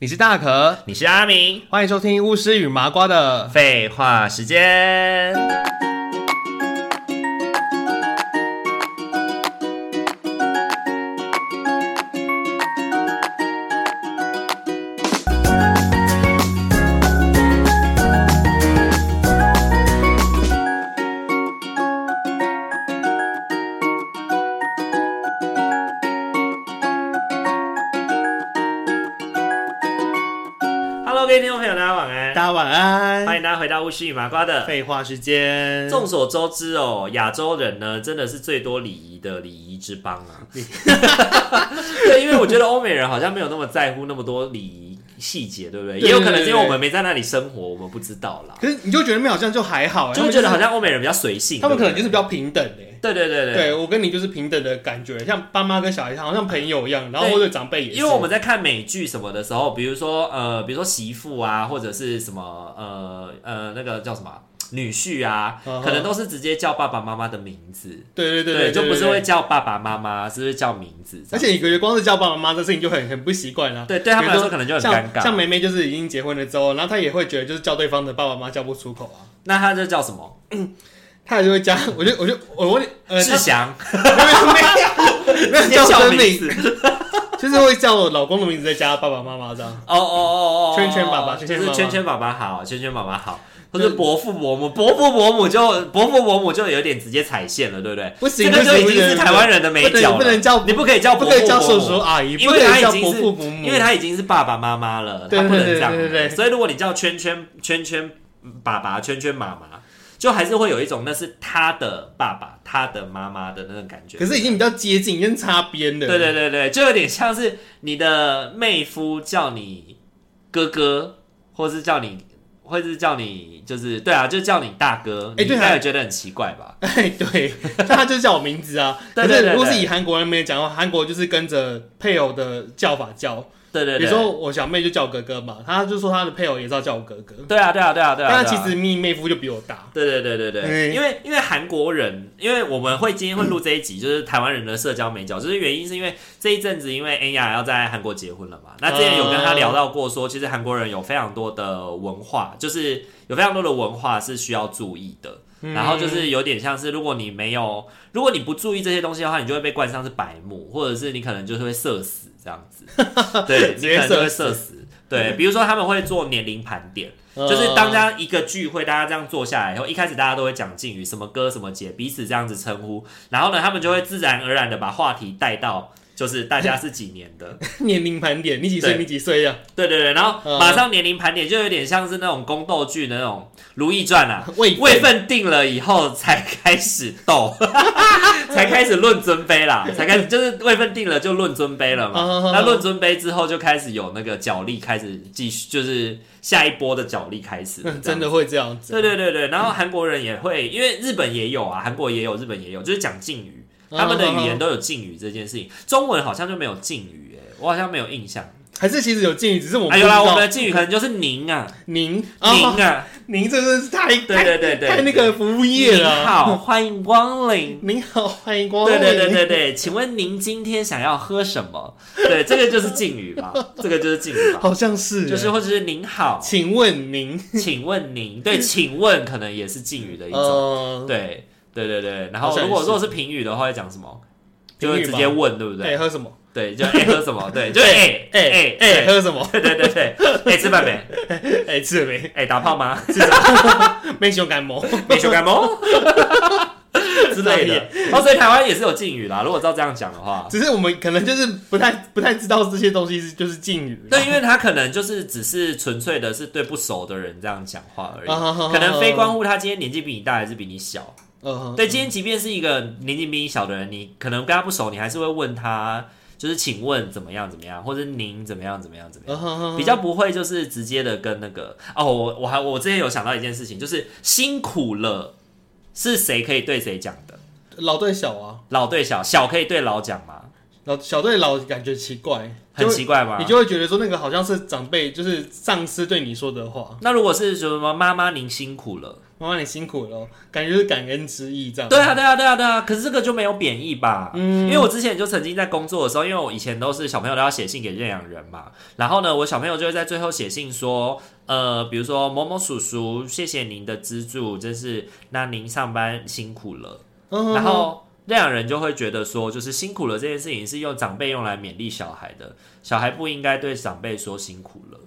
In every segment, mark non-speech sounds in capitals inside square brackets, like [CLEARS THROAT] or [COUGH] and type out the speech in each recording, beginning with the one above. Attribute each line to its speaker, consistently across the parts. Speaker 1: 你是大可，
Speaker 2: 你是阿明，
Speaker 1: 欢迎收听巫师与麻瓜的。
Speaker 2: 废话时间。Hello，各位听众朋友，大家晚安，
Speaker 1: 家晚
Speaker 2: 欢
Speaker 1: 安。
Speaker 2: 迎大家回到巫师与麻瓜的。
Speaker 1: 废话时间，
Speaker 2: 众所周知哦，亚洲人呢真的是最多礼仪的礼仪之邦
Speaker 1: [LAUGHS]
Speaker 2: 啊。对，因为我觉得欧美人好像没有那么在乎那么多礼仪细节，对不对？
Speaker 1: 对
Speaker 2: 也有可能是因为
Speaker 1: 对
Speaker 2: 我们没在那里生活，我们不知道啦，
Speaker 1: 可是你就觉得没有这样就还好、欸，
Speaker 2: 就会觉得好像欧美人比较随性。
Speaker 1: 他们可
Speaker 2: 对
Speaker 1: 能
Speaker 2: 不
Speaker 1: 就
Speaker 2: 对
Speaker 1: 是比较平等诶、
Speaker 2: 对对对
Speaker 1: 欸。对我跟你就是平等的感觉，像爸妈跟小孩好像朋友一样，然后
Speaker 2: 对
Speaker 1: 或者长辈也是。
Speaker 2: 因为我们在看美剧什么的时候，比如说呃，比如说媳妇啊，或者是什么呃呃那个叫什么啊女婿啊，
Speaker 1: 嗯哼
Speaker 2: 可能都是直接叫爸爸妈妈的名字，
Speaker 1: 对对对对，
Speaker 2: 就不是
Speaker 1: 对
Speaker 2: 会。叫爸爸妈妈，是不是叫名字
Speaker 1: 而
Speaker 2: 这样？
Speaker 1: 且你觉得光是叫爸爸妈妈这事情就很很不习惯啦。
Speaker 2: 对对他们来说
Speaker 1: 比
Speaker 2: 可能就
Speaker 1: 如
Speaker 2: 很
Speaker 1: 说
Speaker 2: 尴
Speaker 1: 像像
Speaker 2: 尬。
Speaker 1: 梅梅就是已经结婚了之后，然后她也会觉得就是叫对方的爸爸妈妈叫不出口啊，
Speaker 2: 那他就叫什么？
Speaker 1: 她也就会加。我就我就我问你，呃，[LAUGHS]
Speaker 2: 志祥，
Speaker 1: 没有没有没有
Speaker 2: 直接叫
Speaker 1: 真
Speaker 2: 名
Speaker 1: 名，就是会叫我老公的名字再加爸爸妈妈这样。
Speaker 2: 哦哦哦哦，
Speaker 1: 圈圈爸爸
Speaker 2: 就
Speaker 1: 圈圈
Speaker 2: 是
Speaker 1: 爸爸
Speaker 2: 圈圈爸爸好，圈圈爸爸好，或
Speaker 1: 就
Speaker 2: 者伯父伯母，伯父伯母就伯父伯母就有点直接踩线了，对不对？
Speaker 1: 不行
Speaker 2: 这个就
Speaker 1: 不
Speaker 2: 已
Speaker 1: 行
Speaker 2: 经是
Speaker 1: 不行
Speaker 2: 台湾人的美
Speaker 1: 不能
Speaker 2: 角了，
Speaker 1: 不能叫
Speaker 2: 你不可以叫
Speaker 1: 不
Speaker 2: 伯
Speaker 1: 可以
Speaker 2: 父
Speaker 1: 叫
Speaker 2: 伯
Speaker 1: 叔
Speaker 2: 母
Speaker 1: 叔阿姨，
Speaker 2: 因
Speaker 1: 不
Speaker 2: 为
Speaker 1: 可
Speaker 2: 他
Speaker 1: 以
Speaker 2: 已
Speaker 1: 叫
Speaker 2: 经
Speaker 1: 伯
Speaker 2: 是
Speaker 1: 父伯母，
Speaker 2: 因为他已经是爸爸妈妈了，
Speaker 1: 对
Speaker 2: 他不能
Speaker 1: 对
Speaker 2: 这样
Speaker 1: 对对对
Speaker 2: 所以如果你叫圈圈圈圈爸爸、圈圈妈妈，就还是会有一种那是他的爸爸、他的妈妈的那种感觉。
Speaker 1: 可是已经比较接近，已经擦边了。
Speaker 2: 对对对对，就有点像是你的妹夫叫你哥哥，或是叫你，或是叫你，就是对啊，就叫你大哥，
Speaker 1: 哎
Speaker 2: 你
Speaker 1: 对啊
Speaker 2: 应该也觉得很奇怪吧？
Speaker 1: [LAUGHS] 哎 [LAUGHS] 对，那他就叫我名字啊。
Speaker 2: 对
Speaker 1: 可
Speaker 2: 对对
Speaker 1: 是
Speaker 2: 对
Speaker 1: 如果是以韩国人面讲的话，韩国就是跟着配偶的叫法叫，
Speaker 2: 对对
Speaker 1: 比
Speaker 2: 对，
Speaker 1: 如说我小妹就叫我哥哥嘛，她就说她的配偶也知道叫我哥哥，
Speaker 2: 对啊对啊对啊对啊，
Speaker 1: 但她
Speaker 2: 对
Speaker 1: 其
Speaker 2: 啊
Speaker 1: 实妹妹夫就比我大。
Speaker 2: 对对对对对，
Speaker 1: 嗯
Speaker 2: 因为因为韩国人，因为我们会今天会录这一集，就是台湾人的社交美角，就是原因是因为这一阵子，因为 Anya 要在韩国结婚了嘛，那之前有跟他聊到过说，其实韩国人有非常多的文化，就是有非常多的文化是需要注意的。然后就是有点像是，如果你没有，如果你不注意这些东西的话，你就会被冠上是白目，或者是你可能就是会社死这样 [LAUGHS] 子，对，你可能就会社死。对，比如说他们会做年龄盘点，
Speaker 1: 嗯
Speaker 2: 就是当大家一个聚会，大家这样坐下来以后，一开始大家都会讲敬语，什么哥什么姐，彼此这样子称呼，然后呢，他们就会自然而然的把话题带到就是大家是几年
Speaker 1: [LAUGHS]
Speaker 2: 的，
Speaker 1: [LAUGHS] 年龄盘点，你几岁？
Speaker 2: 对
Speaker 1: 你几岁啊呀？
Speaker 2: 对对对，然后
Speaker 1: 嗯
Speaker 2: 马上年龄盘点，就有点像是那种宫斗剧的那种《如懿传》啊，
Speaker 1: 未
Speaker 2: 位分定了以后才开始斗， [LAUGHS] 才开始论尊卑啦，才开始就是位分定了就论尊卑了
Speaker 1: 嗯嗯
Speaker 2: 嘛
Speaker 1: 嗯。
Speaker 2: 那论尊卑之后就开始有那个角力开始继续，就是下一波的角力开始了
Speaker 1: 嗯，
Speaker 2: 这
Speaker 1: 真
Speaker 2: 样
Speaker 1: 的会这样子。
Speaker 2: 对对对对，然后韩国人也会，因为日本也有啊，韩国也有，日本也有，就是讲敬语，
Speaker 1: 嗯
Speaker 2: 他们的语言都有敬语这件事情。中文好像就没有敬语、哎，我好像没有印象。
Speaker 1: 还是其实有敬语，只是我们不
Speaker 2: 哎，有
Speaker 1: 知
Speaker 2: 啦，我
Speaker 1: 道
Speaker 2: 们的敬语可能就是您啊，
Speaker 1: 您
Speaker 2: 您
Speaker 1: 啊，
Speaker 2: 啊，
Speaker 1: 您这真是太
Speaker 2: 对对对对
Speaker 1: 太太那个服务业
Speaker 2: 您
Speaker 1: 了啊。哦
Speaker 2: 好，欢迎光临。
Speaker 1: 您好，欢迎光临。
Speaker 2: 对对对对对，请问您今天想要喝什么？对，这个就是敬语
Speaker 1: [LAUGHS]
Speaker 2: 吧，这个就是敬语吧，
Speaker 1: 好像是，
Speaker 2: 就是或者是您好，
Speaker 1: 请问您，
Speaker 2: 请问您，对，请问可能也是敬语的一种。
Speaker 1: 呃，
Speaker 2: 对对对对，然
Speaker 1: 好
Speaker 2: 后
Speaker 1: 像
Speaker 2: 如果
Speaker 1: 也是
Speaker 2: 如果是评语的话，会讲什么？就
Speaker 1: 评语吧
Speaker 2: 会直接问，对不
Speaker 1: 哎，
Speaker 2: 对？
Speaker 1: 喝什么？
Speaker 2: 对，就 [LAUGHS] 哎喝什么？对，就哎哎
Speaker 1: 哎，
Speaker 2: 哎 [LAUGHS] 哎，
Speaker 1: 喝什么？
Speaker 2: 对对对对，哎吃饭没？
Speaker 1: 哎，吃了没？
Speaker 2: 哎打炮吗？
Speaker 1: 没熊感
Speaker 2: [LAUGHS]
Speaker 1: 冒。
Speaker 2: 没修感冒之类的。哦，所以台湾也是有敬语啦。如果照这样讲的话，
Speaker 1: 只是我们可能就是不太不太知道这些东西是就是敬语。
Speaker 2: 对，因为他可能就是只是纯粹的是对不熟的人这样讲话而已，
Speaker 1: 啊
Speaker 2: 可能非关乎他今天年纪比你大还是比你小。
Speaker 1: 嗯，
Speaker 2: 对，今天即便是一个年纪比你小的人，你可能跟他不熟，你还是会问他，就是请问怎么样怎么样，或者您怎么样怎么样怎么样。
Speaker 1: 嗯，
Speaker 2: 比较不会就是直接的跟那个哦，我我还我之前有想到一件事情，就是辛苦了是谁可以对谁讲的？
Speaker 1: 老对小啊，
Speaker 2: 老对小，小可以对老讲吗？
Speaker 1: 老小对老感觉奇怪，
Speaker 2: 很
Speaker 1: 就
Speaker 2: 奇怪啊吗
Speaker 1: 你？就会觉得说那个好像是长辈就是上司对你说的话。
Speaker 2: 那如果是什么妈妈您辛苦了，
Speaker 1: 妈妈你辛苦了哦，感觉就是感恩之意这样。
Speaker 2: [LAUGHS] 对啊，，对啊，对啊，对啊。可是这个就没有贬义吧？
Speaker 1: 嗯
Speaker 2: 因为我之前就曾经在工作的时候，因为我以前都是小朋友都要写信给认养人嘛，然后呢，我小朋友就会在最后写信说，呃，比如说某某叔叔，谢谢您的资助，真是那您上班辛苦了。
Speaker 1: 嗯
Speaker 2: 然后认养人就会觉得说，就是辛苦了这件事情是用长辈用来勉励小孩的，小孩不应该对长辈说辛苦了。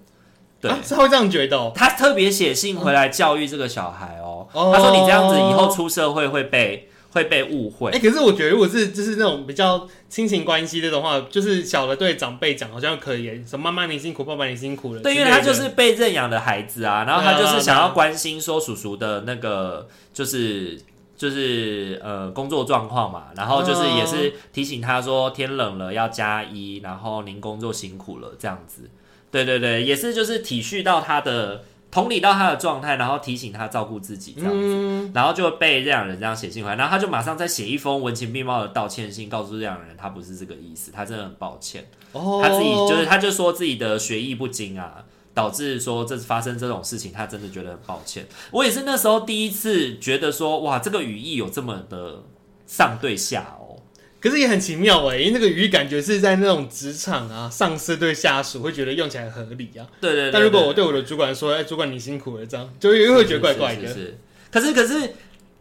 Speaker 2: 对，
Speaker 1: 啊，是会这样觉得哦。
Speaker 2: 他特别写信回来教育这个小孩哦，
Speaker 1: 哦
Speaker 2: 他说你这样子以后出社会会被会被误会。
Speaker 1: 哎、可是我觉得，如果是就是那种比较亲情关系这种话，就是小的对长辈讲，好像可以耶，什么妈妈你辛苦，爸爸你辛苦了之
Speaker 2: 对，
Speaker 1: 类的。
Speaker 2: 因为他就是被认养的孩子啊，然后他
Speaker 1: 对啊
Speaker 2: 就是想要关心说叔叔的那个就是。就是呃工作状况嘛，然后就是也
Speaker 1: 哦
Speaker 2: 是提醒他说天冷了要加衣，然后您工作辛苦了这样子，对对对，也是就是体恤到他的同理到他的状态，然后提醒他照顾自己这样子，
Speaker 1: 嗯
Speaker 2: 然后就被认养人这样写信回来，然后他就马上再写一封文情并茂的道歉信，告诉认养人他不是这个意思，他真的很抱歉。
Speaker 1: 哦，
Speaker 2: 他自己就是，他就说自己的学艺不精啊，导致说这发生这种事情，他真的觉得很抱歉。我也是那时候第一次觉得说，哇，这个语义有这么的上对下哦。
Speaker 1: 可是也很奇妙哎，因为那个语感觉是在那种职场啊，上司对下属会觉得用起来合理啊。
Speaker 2: 对对对
Speaker 1: 但如果我对我的主管说，哎、主管你辛苦了，这样就又会觉得怪怪的。
Speaker 2: 是是是是可是可是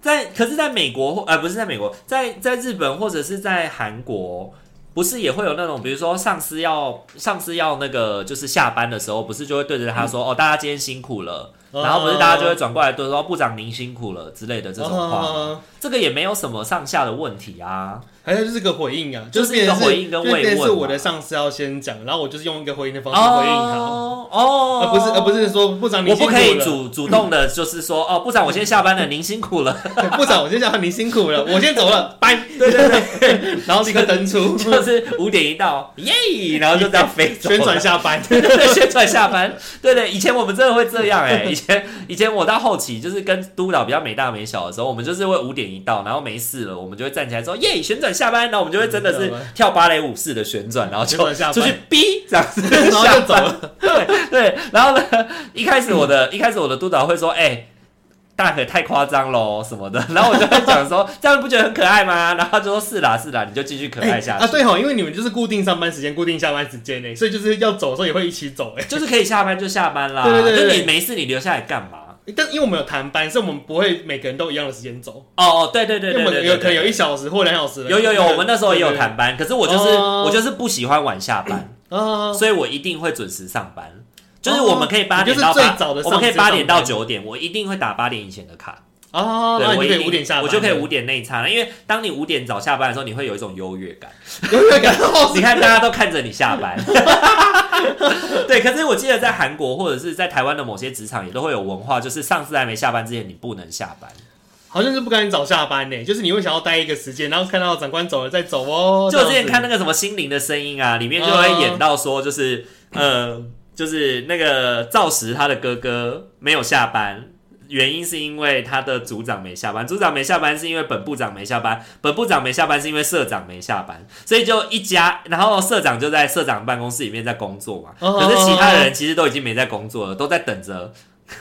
Speaker 2: 在可是在美国或呃不是在美国，在在日本或者是在韩国。不是也会有那种，比如说上司要上司要那个，就是下班的时候，不是就会对着他
Speaker 1: 嗯
Speaker 2: 说、哦，大家今天辛苦了，
Speaker 1: 哦
Speaker 2: 然后不是大家就会转过来对说部长您辛苦了之类的这种话吗
Speaker 1: 嗯
Speaker 2: 这个也没有什么上下的问题啊。
Speaker 1: 还有就是个回应啊，
Speaker 2: 就是
Speaker 1: 变成
Speaker 2: 是一个回应跟
Speaker 1: 就变成是
Speaker 2: 慰问嘛
Speaker 1: 我的上司要先讲，然后我就是用一个回应的方式回应他，
Speaker 2: 哦哦，
Speaker 1: 呃而不是而不是说部长你
Speaker 2: 我
Speaker 1: 辛
Speaker 2: 不
Speaker 1: 苦
Speaker 2: 可以
Speaker 1: 了
Speaker 2: 主主动
Speaker 1: [LAUGHS]
Speaker 2: 的，就是说哦，部长我先下班了，您辛苦了，
Speaker 1: 部长，我先叫你辛
Speaker 2: [LAUGHS]
Speaker 1: 苦了，我先走了，拜。
Speaker 2: 对对对，
Speaker 1: 然后立刻登
Speaker 2: [LAUGHS]
Speaker 1: 出，
Speaker 2: 就是五点一到，耶，然后就这样飞走了
Speaker 1: 宣传。下
Speaker 2: [LAUGHS]
Speaker 1: 班。
Speaker 2: 对对对，宣传下班。对对，以前我们真的会这样
Speaker 1: [LAUGHS]
Speaker 2: 哎、以前以前我到后期就是跟督导比较没大没小的时候，我们就是会五点一到，然后没事了，我们就会站起来说耶，旋转下班，然后我们就会真的
Speaker 1: 嗯
Speaker 2: 是跳芭蕾舞式的旋转，然后就
Speaker 1: 旋转下班
Speaker 2: 出去逼这样子，
Speaker 1: [LAUGHS] 然后就走
Speaker 2: 了。 [LAUGHS] 对对，然后呢，一开始我的一开始我的督导会说，哎、大可太夸张喽什么的， [LAUGHS] 然后我就会讲说，这样不觉得很可爱吗？然后他就说是啦是啦，你就继续可爱下去。
Speaker 1: 啊，对吼，因为你们就是固定上班时间、固定下班时间呢，所以就是要走的时候也会一起走哎。
Speaker 2: 就是可以下班就下班啦。
Speaker 1: 对对对对
Speaker 2: 就你没事，你留下来干嘛？
Speaker 1: 但因为我们有谈班，所以我们不会每个人都一样的时间走，
Speaker 2: 哦哦，对对
Speaker 1: 因
Speaker 2: 对
Speaker 1: 为
Speaker 2: 对
Speaker 1: 我
Speaker 2: 对
Speaker 1: 们
Speaker 2: 对，
Speaker 1: 有可能有
Speaker 2: 对
Speaker 1: 一小时或两小时的。
Speaker 2: 有有有，我们那时候也有
Speaker 1: 对
Speaker 2: 谈班，可是我就是
Speaker 1: 哦
Speaker 2: 我就是不喜欢晚下班，
Speaker 1: 啊，
Speaker 2: 所以我一定会准时上班。就是我们可以八点到
Speaker 1: 哦你就是
Speaker 2: 八
Speaker 1: 最早的，
Speaker 2: 我们可以
Speaker 1: 上
Speaker 2: 八
Speaker 1: 班
Speaker 2: 点到九点，我一定会打八点以前的卡。
Speaker 1: 哦，
Speaker 2: 对，
Speaker 1: 那
Speaker 2: 我
Speaker 1: 你
Speaker 2: 一
Speaker 1: 就可以
Speaker 2: 定
Speaker 1: 五点下班，
Speaker 2: 我就可以五点内插了。因为当你五点早下班的时候，你会有一种优越感。
Speaker 1: [LAUGHS] 有没有感到？
Speaker 2: 你看大家都看着你下班。 [LAUGHS] 对，可是我记得在韩国或者是在台湾的某些职场也都会有文化，就是上司还没下班之前你不能下班，
Speaker 1: 好像是不敢早下班呢，就是你会想要待一个时间，然后看到长官走了再走哦。
Speaker 2: 就我之
Speaker 1: 这
Speaker 2: 前
Speaker 1: 样子
Speaker 2: 看那个什么《心灵的声音》啊，里面就会演到说，就是、
Speaker 1: 哦
Speaker 2: 呃，就是那个赵石他的哥哥没有下班。原因是因为他的组长没下班，组长没下班是因为本部长没下班，本部长没下班是因为社长没下班，所以就一家，然后社长就在社长办公室里面在工作嘛，
Speaker 1: 哦
Speaker 2: 可是其他的人其实都已经没在工作了，都在等着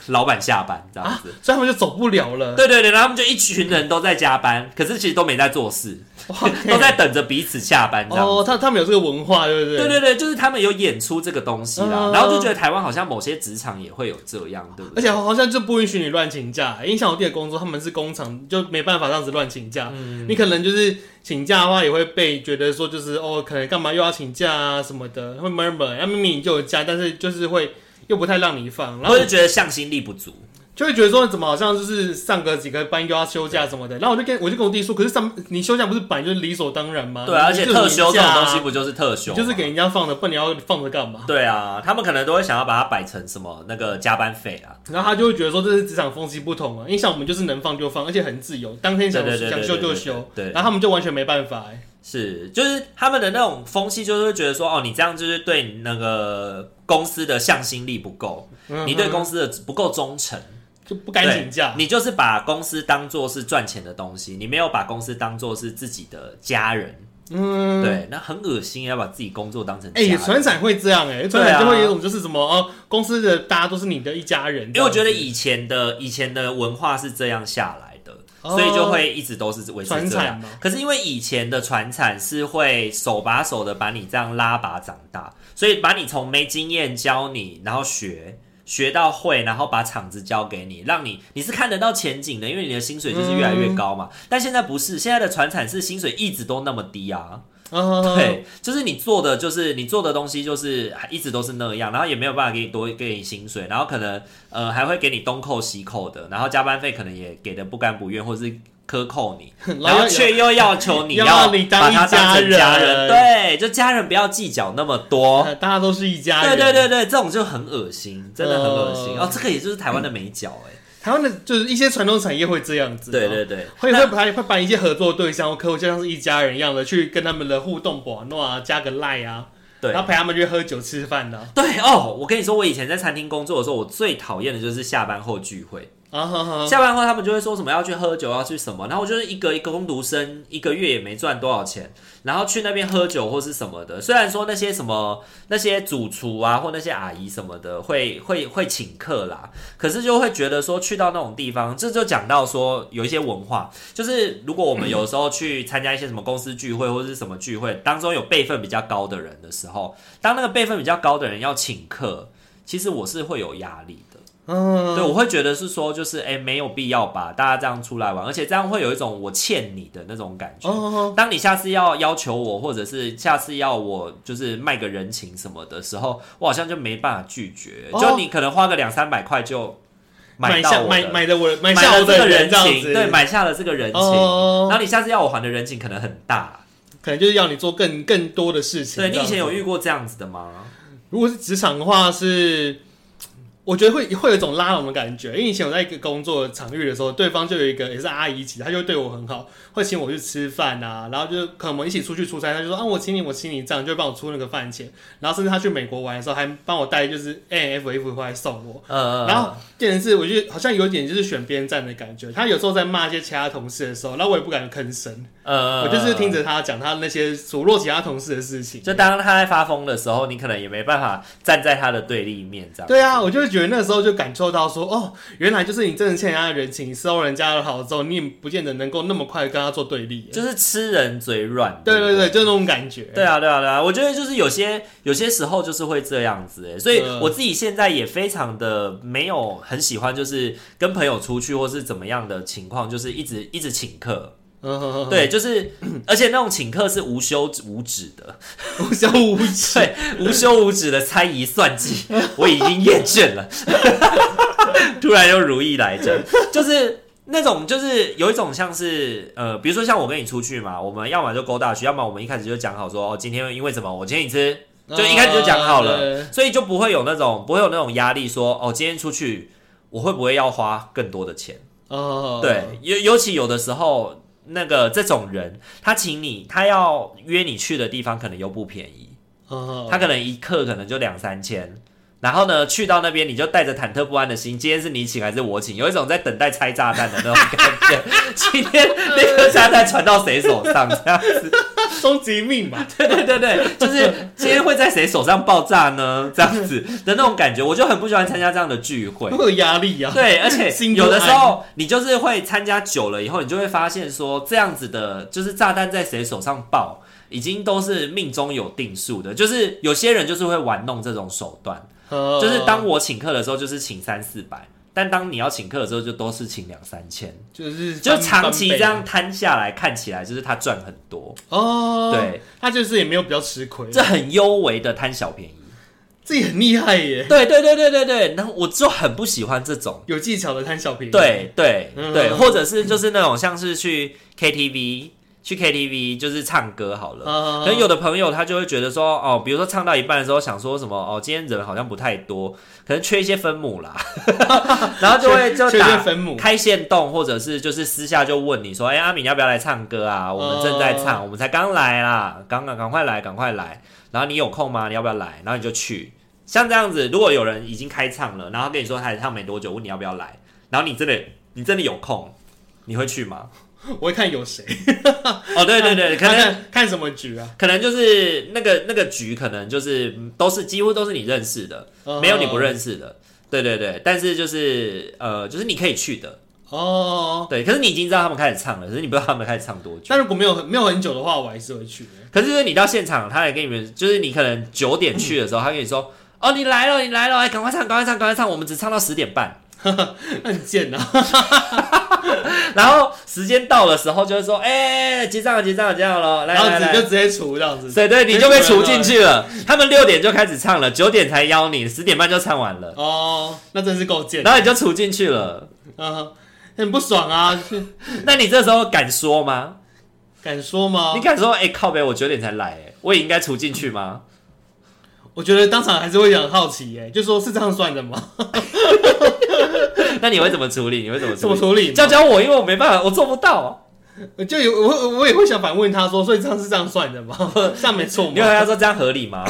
Speaker 2: 老板下班这样
Speaker 1: 啊
Speaker 2: 子。，
Speaker 1: 所以他们就走不了了。
Speaker 2: 对对对，然后他们就一群人都在加班，可是其实都没在做
Speaker 1: [LAUGHS]
Speaker 2: 事，
Speaker 1: 哇
Speaker 2: 都在等着彼此下班这样子。
Speaker 1: 哦，他他们有这个文化，对不对？
Speaker 2: 对对对，就是他们有演出这个东西啦，
Speaker 1: 嗯
Speaker 2: 然后就觉得台湾好像某些职场也会有这样，对不
Speaker 1: 而
Speaker 2: 对？
Speaker 1: 且好像就不允许你乱请假，影响我弟的工作，他们是工厂，就没办法这样子乱请假。
Speaker 2: 嗯
Speaker 1: 你可能就是请假的话，也会被觉得说就是哦，可能干嘛又要请假啊什么的，会 murmur，那明明你就有假，但是就是会又不太让你放，然
Speaker 2: 然后
Speaker 1: 后
Speaker 2: 就觉得向心力不足，
Speaker 1: 就会觉得说怎么好像就是上个几个班又要休假什么的，然后我就跟我就跟我弟说，可是上你休假不是本来就是理所当然吗？
Speaker 2: 对啊，而
Speaker 1: 嗯你
Speaker 2: 且
Speaker 1: 就有
Speaker 2: 特休这
Speaker 1: 假
Speaker 2: 种
Speaker 1: 啊
Speaker 2: 东西不就是特休
Speaker 1: 你
Speaker 2: 吗，
Speaker 1: 就是给人家放的，不然你要放着干嘛？
Speaker 2: 对啊，他们可能都会想要把它摆成什么那个加班费啊，
Speaker 1: 然后他就会觉得说这是职场风气不同啊，因为像我们就是能放就放，而且很自由，当天想
Speaker 2: 对对对
Speaker 1: 想
Speaker 2: 对
Speaker 1: 休就
Speaker 2: 对
Speaker 1: 休，
Speaker 2: 对对
Speaker 1: 然后他们就完全没办法、欸，
Speaker 2: 是就是他们的那种风气，就是会觉得说哦，你这样就是对你那个公司的向心力不够，
Speaker 1: 嗯
Speaker 2: 你对公司的不够忠诚。
Speaker 1: 就不敢请假，
Speaker 2: 你就是把公司当做是赚钱的东西，你没有把公司当做是自己的家人。
Speaker 1: 嗯，
Speaker 2: 对，那很恶心，要把自己工作当成家
Speaker 1: 哎、
Speaker 2: 人。
Speaker 1: 船长会这样哎、船
Speaker 2: 啊对啊
Speaker 1: 长就会有一种就是什么哦，公司的大家都是你的一家人，
Speaker 2: 因为我觉
Speaker 1: 这
Speaker 2: 得
Speaker 1: 样子
Speaker 2: 以前的以前的文化是这样下来的，
Speaker 1: 哦
Speaker 2: 所以就会一直都是维持
Speaker 1: 传
Speaker 2: 这样
Speaker 1: 产嘛。
Speaker 2: 可是因为以前的传产是会手把手的把你这样拉拔长大，所以把你从没经验教你，然后学。学到会，然后把厂子交给你，让你你是看得到前景的，因为你的薪水就是越来越高嘛。但现在不是，现在的传产是薪水一直都那么低啊。
Speaker 1: 哦，
Speaker 2: 对，就是你做的，就是你做的东西，就是一直都是那样，然后也没有办法给你多给你薪水，然后可能呃还会给你东扣西扣的，然后加班费可能也给的不甘不愿，或是克扣你，然后却又要求你
Speaker 1: 要
Speaker 2: 要
Speaker 1: 你当
Speaker 2: 把
Speaker 1: 一
Speaker 2: 他当成
Speaker 1: 家
Speaker 2: 家
Speaker 1: 人
Speaker 2: 人，对，就家人不要计较那么多。
Speaker 1: 呃大家都是一家
Speaker 2: 对
Speaker 1: 人，
Speaker 2: 哦对对对，这种就很恶心，真的很恶心、
Speaker 1: 呃
Speaker 2: 哦。这个也就是台湾的美角哎、
Speaker 1: 台湾的就是一些传统产业会这样子，
Speaker 2: 对。对对，
Speaker 1: 会会把会把一些合作对象或客户就像是一家人一样的去跟他们的互动、玩闹啊，加个赖啊，
Speaker 2: 对
Speaker 1: 然后陪他们去喝酒吃饭的啊
Speaker 2: 对哦，我跟你说，我以前在餐厅工作的时候，我最讨厌的就是下班后聚会。
Speaker 1: 啊哈哈，
Speaker 2: 下班后他们就会说什么要去喝酒，要去什么，然后我就是一个一个工读生，一个月也没赚多少钱，然后去那边喝酒或是什么的。虽然说那些什么那些主厨啊或那些阿姨什么的会会会请客啦，可是就会觉得说去到那种地方，这就讲到说有一些文化，就是如果我们有时候去参加一些什么公司聚会或是什么聚会，当中有辈分比较高的人的时候，当那个辈分比较高的人要请客，其实我是会有压力的。
Speaker 1: 嗯，
Speaker 2: 对，我会觉得是说，就是哎、没有必要吧，大家这样出来玩，而且这样会有一种我欠你的那种感觉。
Speaker 1: 哦，
Speaker 2: 当你下次要要求我，或者是下次要我就是卖个人情什么的时候，我好像就没办法拒绝。
Speaker 1: 哦
Speaker 2: 就你可能花个两三百块就买到
Speaker 1: 下
Speaker 2: 我
Speaker 1: 买
Speaker 2: 的，
Speaker 1: 买的我买
Speaker 2: 买
Speaker 1: 下
Speaker 2: 了
Speaker 1: 我
Speaker 2: 这个
Speaker 1: 的
Speaker 2: 人
Speaker 1: 这样
Speaker 2: 情，
Speaker 1: 子，
Speaker 2: 对，买下了这个人情。
Speaker 1: 哦
Speaker 2: 然后你下次要我还的人情可能很大。
Speaker 1: 可能就是要你做更更多的事情。
Speaker 2: 对你以前有
Speaker 1: 这样
Speaker 2: 遇过这样子的吗？
Speaker 1: 子，如果是职场的话是。我觉得会会有一种拉拢的感觉，因为以前我在一个工作场域的时候，对方就有一个也是阿姨级，她就对我很好，会请我去吃饭啊，然后就是可能我们一起出去出差，她就说啊我请你我请你这样，就会帮我出那个饭钱，然后甚至她去美国玩的时候还帮我带就是 N F F 回来送我，
Speaker 2: 呃，
Speaker 1: 然后变成是我觉得好像有点就是选边站的感觉，她有时候在骂一些其他同事的时候，那我也不敢吭声，
Speaker 2: 呃，
Speaker 1: 我就是听着他讲他那些数落其他同事的事情。
Speaker 2: 就当他在发疯的时候，你可能也没办法站在他的对立面，这样。
Speaker 1: 对啊，我就觉得那时候就感受到说，哦，原来就是你真的欠人家的人情，你收人家的好之后，你也不见得能够那么快跟他做对立。
Speaker 2: 就是吃人嘴软。
Speaker 1: 对
Speaker 2: 对
Speaker 1: 对
Speaker 2: 不
Speaker 1: 对，就那种感觉。
Speaker 2: 对啊，对啊，对啊！我觉得就是有些有些时候就是会这样子，哎，所以
Speaker 1: 嗯
Speaker 2: 我自己现在也非常的没有很喜欢，就是跟朋友出去或是怎么样的情况，就是一直一直请客，
Speaker 1: 嗯，哼，哼，
Speaker 2: 对，就是 [CLEARS THROAT] 而且那种请客是无休无止的，
Speaker 1: 哼无休无止。
Speaker 2: 对， [LAUGHS] 无休无止的猜疑算计，我已经厌倦了，突然又如意来着，就是。那种就是有一种像是呃，比如说像我跟你出去嘛，我们要么就勾大去，要么我们一开始就讲好说哦，今天因为什么我请你吃，就一开始就讲好了，
Speaker 1: 了。
Speaker 2: 所以就不会有那种不会有那种压力说哦，今天出去我会不会要花更多的钱？
Speaker 1: 哦，
Speaker 2: 对，尤尤其有的时候那个这种人，他请你，他要约你去的地方可能又不便宜，
Speaker 1: 哦，
Speaker 2: 他可能一克可能就两三千。然后呢，去到那边你就带着忐忑不安的心，今天是你请还是我请？有一种在等待拆炸弹的那种感觉。 [LAUGHS] 今天那颗炸弹传到谁手上？这样，
Speaker 1: 终极命吧。
Speaker 2: 对对对对，就是今天会在谁手上爆炸呢？这样子的那种感觉，我就很不喜欢参加这样的聚会
Speaker 1: 会。有压力
Speaker 2: [LAUGHS]
Speaker 1: 啊。
Speaker 2: 对，而且
Speaker 1: 心不
Speaker 2: 有的时
Speaker 1: 安
Speaker 2: 候你就是会参加久了以后，你就会发现说，这样子的，就是炸弹在谁手上爆，已经都是命中有定数的。就是有些人就是会玩弄这种手段，
Speaker 1: 哦
Speaker 2: 就是当我请客的时候，就是请三四百。但当你要请客的时候，就都是请两三千，
Speaker 1: 就是
Speaker 2: 就
Speaker 1: 翻
Speaker 2: 长期这。
Speaker 1: 翻
Speaker 2: 样
Speaker 1: 倍
Speaker 2: 摊下来，看起来就是他赚很多，
Speaker 1: 哦，，
Speaker 2: 对，
Speaker 1: 他就是也没有比较吃亏，
Speaker 2: 这很优为的贪小便宜。
Speaker 1: 自己很厉害耶，
Speaker 2: 对对对对对对，然后我就很不喜欢这种。
Speaker 1: 有技巧的贪小便宜。
Speaker 2: 对对
Speaker 1: 嗯
Speaker 2: 对，或者是就是那种像是去 KTV，去 KTV 就是唱歌好了。
Speaker 1: 啊，
Speaker 2: 可
Speaker 1: 很
Speaker 2: 能有的朋友他就会觉得说，哦，比如说唱到一半的时候想说什么，哦，今天人好像不太多，可能缺一些分母啦， [LAUGHS] 然后就会就
Speaker 1: 缺
Speaker 2: 打
Speaker 1: 缺分母
Speaker 2: 开线动，或者是就是私下就问你说，哎、阿敏你要不要来唱歌啊？我们正在唱，我们才刚来啦，刚刚赶快来，赶快来。然后你有空吗？你要不要来？然后你就去。像这样子，如果有人已经开唱了，然后跟你说他还唱没多久，问你要不要来，然后你真的你真的有空，你会去吗？ [LAUGHS]
Speaker 1: 我会看有谁。
Speaker 2: 哦，对对对，可
Speaker 1: 啊
Speaker 2: 能
Speaker 1: 看看什么局啊？
Speaker 2: 可能就是那个那个局，可能就是都是几乎都是你认识的，
Speaker 1: 啊
Speaker 2: 没有你不认识的。对对对，但是就是呃，就是你可以去的，
Speaker 1: 哦。
Speaker 2: 对。可是你已经知道他们开始唱了，可是你不知道他们开始唱多久。
Speaker 1: 但如果没有很没有很久的话，我还是会去的。
Speaker 2: 可是就是你到现场，他也跟你们，就是你可能九点去的时候，他跟你说：“哦，你来了，你来了，哎，赶快唱，赶快唱，赶快唱，我们只唱到十点半。
Speaker 1: 那很贱啊！”
Speaker 2: 然后时间到的时候，就会说：“哎、结账了，结账了，结账了，来
Speaker 1: 然后
Speaker 2: 来
Speaker 1: 你就
Speaker 2: 来。
Speaker 1: 直接除这样”子。
Speaker 2: 对对，你就被除进
Speaker 1: 去。
Speaker 2: 去了。他们六点就开始唱了，九点才邀你，十点半就唱完了，
Speaker 1: 哦，那真是够贱的。
Speaker 2: 然后你就除进去了。
Speaker 1: 嗯，很不爽啊！
Speaker 2: 那你这时候敢说吗？
Speaker 1: 敢说吗
Speaker 2: 你？敢说：“哎、靠北，我九点才来、哎，我也应该除进去吗
Speaker 1: 我觉得当场还是会很好奇耶、就说是这样算的吗？？”
Speaker 2: 那你会怎么处理？你会怎么
Speaker 1: 怎
Speaker 2: 处
Speaker 1: 么
Speaker 2: 理？
Speaker 1: 处理？
Speaker 2: 教教我，因为我没办法，我做不到。
Speaker 1: 就有我我也会想反问他说，所以这样是这样算的吗？ [LAUGHS] 这样没错
Speaker 2: 你会跟
Speaker 1: 吗？
Speaker 2: 他说这样合理
Speaker 1: [LAUGHS]
Speaker 2: 吗？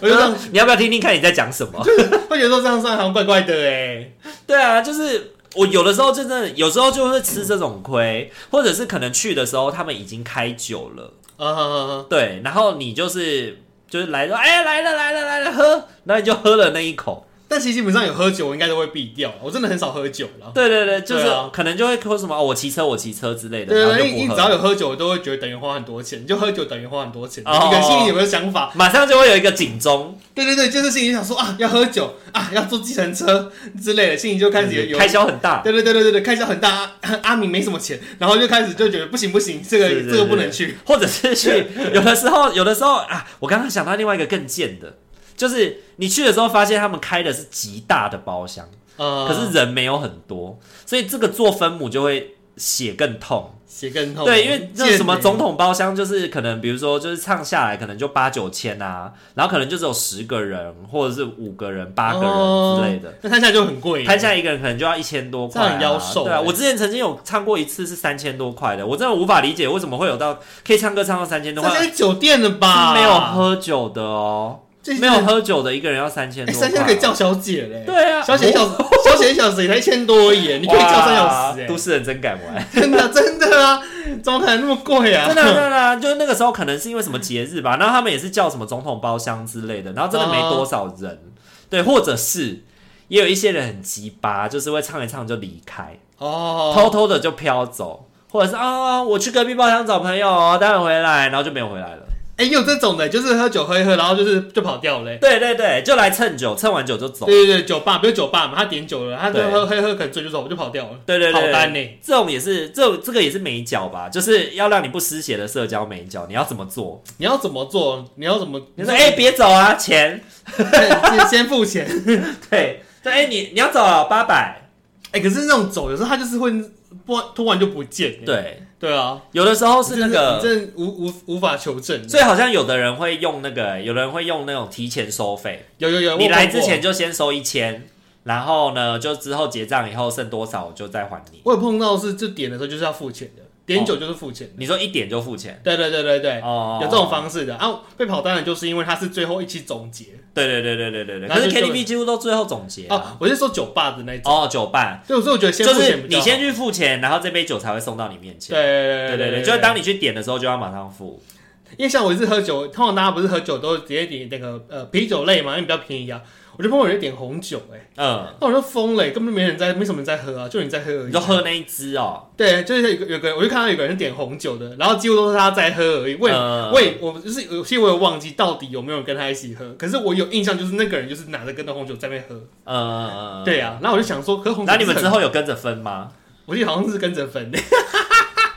Speaker 1: 我就这样
Speaker 2: 你要不要听听看你在讲
Speaker 1: [LAUGHS]
Speaker 2: 什么？
Speaker 1: 会觉得说这样算好像怪怪的哎、
Speaker 2: 对啊，就是我有的时候真的，有时候就会吃这种亏，或者是可能去的时候他们已经开酒了，
Speaker 1: 啊哈哈哈
Speaker 2: 对，然后你就是就是来说，哎、来了来了来了喝，然后你就喝了那一口，
Speaker 1: 但其实基本上有喝酒，我应该都会避掉。啊我真的很少喝酒了。
Speaker 2: 对对对，就是
Speaker 1: 对啊
Speaker 2: 可能就会说什么、哦、我骑车我骑车之类的，
Speaker 1: 对
Speaker 2: 然后
Speaker 1: 对，
Speaker 2: 啊就
Speaker 1: 你
Speaker 2: 不
Speaker 1: 你只
Speaker 2: 喝
Speaker 1: 要。有喝酒，我都会觉得等于花很多钱。就喝酒等于花很多钱，
Speaker 2: 哦
Speaker 1: 你的心里有没有想法？
Speaker 2: 马上就会有一个警钟，
Speaker 1: 对对对，就是心里想说啊，要喝酒啊，要坐计程车之类的，心里就开始有有
Speaker 2: 开销很大，
Speaker 1: 对对对对对对，开销很大，啊阿明没什么钱，然后就开始就觉得不行不行，这个
Speaker 2: 是是是
Speaker 1: 这个不能去。
Speaker 2: [LAUGHS] 或者是去有的时候，有的时候啊，我刚刚想到另外一个更贱的，就是你去的时候发现他们开的是极大的包厢，
Speaker 1: 呃，
Speaker 2: 可是人没有很多，所以这个做分母就会血更痛。
Speaker 1: 血更痛。
Speaker 2: 对，因为那
Speaker 1: 贱
Speaker 2: 什么
Speaker 1: 欸
Speaker 2: 总统包厢，就是可能比如说就是唱下来，可能就八九千啊，然后可能就只有十个人或者是五个人、八个人之类的。
Speaker 1: 哦那看起来就很贵。
Speaker 2: 摊下一个人可能就要一千多
Speaker 1: 这
Speaker 2: 块、啊，
Speaker 1: 样很妖兽
Speaker 2: 对啊，
Speaker 1: 欸
Speaker 2: 我之前曾经有唱过一次是三千多块的，我真的无法理解为什么会有到可以唱歌唱到三千
Speaker 1: 这
Speaker 2: 多块，
Speaker 1: 家是酒店的吧？
Speaker 2: 是没有，喝酒的哦，
Speaker 1: 啊这是
Speaker 2: 没有喝酒的一个人要三千
Speaker 1: 哎
Speaker 2: 多块，
Speaker 1: 三千可以叫小姐嘞。
Speaker 2: 对啊，
Speaker 1: 小姐一小时，小姐一小时也才一千多而已，你可以叫三小时
Speaker 2: 哇
Speaker 1: 哎
Speaker 2: 都，市人真敢玩。
Speaker 1: [LAUGHS] 真的真的啊，怎么可能那么贵啊？
Speaker 2: 真的啊真的啊，就是那个时候可能是因为什么节日吧，然后他们也是叫什么总统包厢之类的，然后真的没多少人，对，或者是也有一些人很鸡巴，就是会唱一唱就离开，
Speaker 1: 哦，
Speaker 2: 偷偷的就飘走，或者是啊、我去隔壁包厢找朋友哦，待会回来，然后就没有回来了。
Speaker 1: 哎，也有这种的，就是喝酒喝一喝，然后就是就跑掉嘞。
Speaker 2: 对对对，就来蹭酒，蹭完酒就走。
Speaker 1: 对对对，酒吧不是酒吧嘛，他点酒了，他就
Speaker 2: 对
Speaker 1: 喝喝一喝，可能醉就走，就跑掉了。
Speaker 2: 对对对
Speaker 1: 跑
Speaker 2: 对
Speaker 1: 单呢？
Speaker 2: 这种也是，这种这个也是美角吧，就是要让你不失血的社交美角，你要怎么做？
Speaker 1: 你要怎么做？你要怎么？
Speaker 2: 你说，哎、别
Speaker 1: [LAUGHS]
Speaker 2: 走啊，钱，
Speaker 1: 先先付钱。
Speaker 2: 对，对，哎、你你要走啊，八百，
Speaker 1: 哎、可是那种走，有时候他就是会不突然就不见、欸。
Speaker 2: 对，
Speaker 1: 对啊，
Speaker 2: 有的时候是那
Speaker 1: 你
Speaker 2: 个，
Speaker 1: 真的无无无法求证。
Speaker 2: 所以好像有的人会用那个，有人会用那种提前收费，
Speaker 1: 有有有，
Speaker 2: 你
Speaker 1: 我
Speaker 2: 来
Speaker 1: 碰过
Speaker 2: 之前，就先收一千，然后呢，就之后结账以后剩多少我就再还你。
Speaker 1: 我有碰到是就点的时候就是要付钱
Speaker 2: 哦
Speaker 1: 的，点酒就是付钱的。
Speaker 2: 你说一点就付钱
Speaker 1: 对对对对对，
Speaker 2: 哦
Speaker 1: 有这种，方式的啊。被跑单的就是因为他是最后一期总结
Speaker 2: 对对对对对对对。
Speaker 1: 然后
Speaker 2: 可是
Speaker 1: 就
Speaker 2: KTV 几乎都最后总结
Speaker 1: 哦、
Speaker 2: 啊，
Speaker 1: 我是说酒吧的那种，
Speaker 2: 哦，酒伴
Speaker 1: 所以所以我觉得先
Speaker 2: 就
Speaker 1: 付钱
Speaker 2: 是
Speaker 1: 比较
Speaker 2: 你
Speaker 1: 好
Speaker 2: 先去付钱，然后这杯酒才会送到你面前。
Speaker 1: 对对
Speaker 2: 对
Speaker 1: 对
Speaker 2: 对对，就是当你去点的时候就要马上付。
Speaker 1: 因为像我是喝酒，通常大家不是喝酒都直接点那个呃啤酒类嘛，因为比较便宜啊。我就碰到有人点红酒、欸，
Speaker 2: 嗯，
Speaker 1: 那我就疯了、欸根本就没人在，没什么人在喝啊，就你在喝而已啊。
Speaker 2: 你就喝那一支哦。
Speaker 1: 对，就是有个有个，我就看到有个人点红酒的，然后几乎都是他在喝而已。我也、
Speaker 2: 嗯
Speaker 1: 我也我就是有些我也忘记到底有没有跟他一起喝，可是我有印象就是那个人就是拿着跟着红酒在那边喝。
Speaker 2: 嗯，
Speaker 1: 对。啊，然后我就想说，可是红酒，
Speaker 2: 然后你们之，后有跟着分吗？
Speaker 1: [LAUGHS] 我记得好像是跟着分的，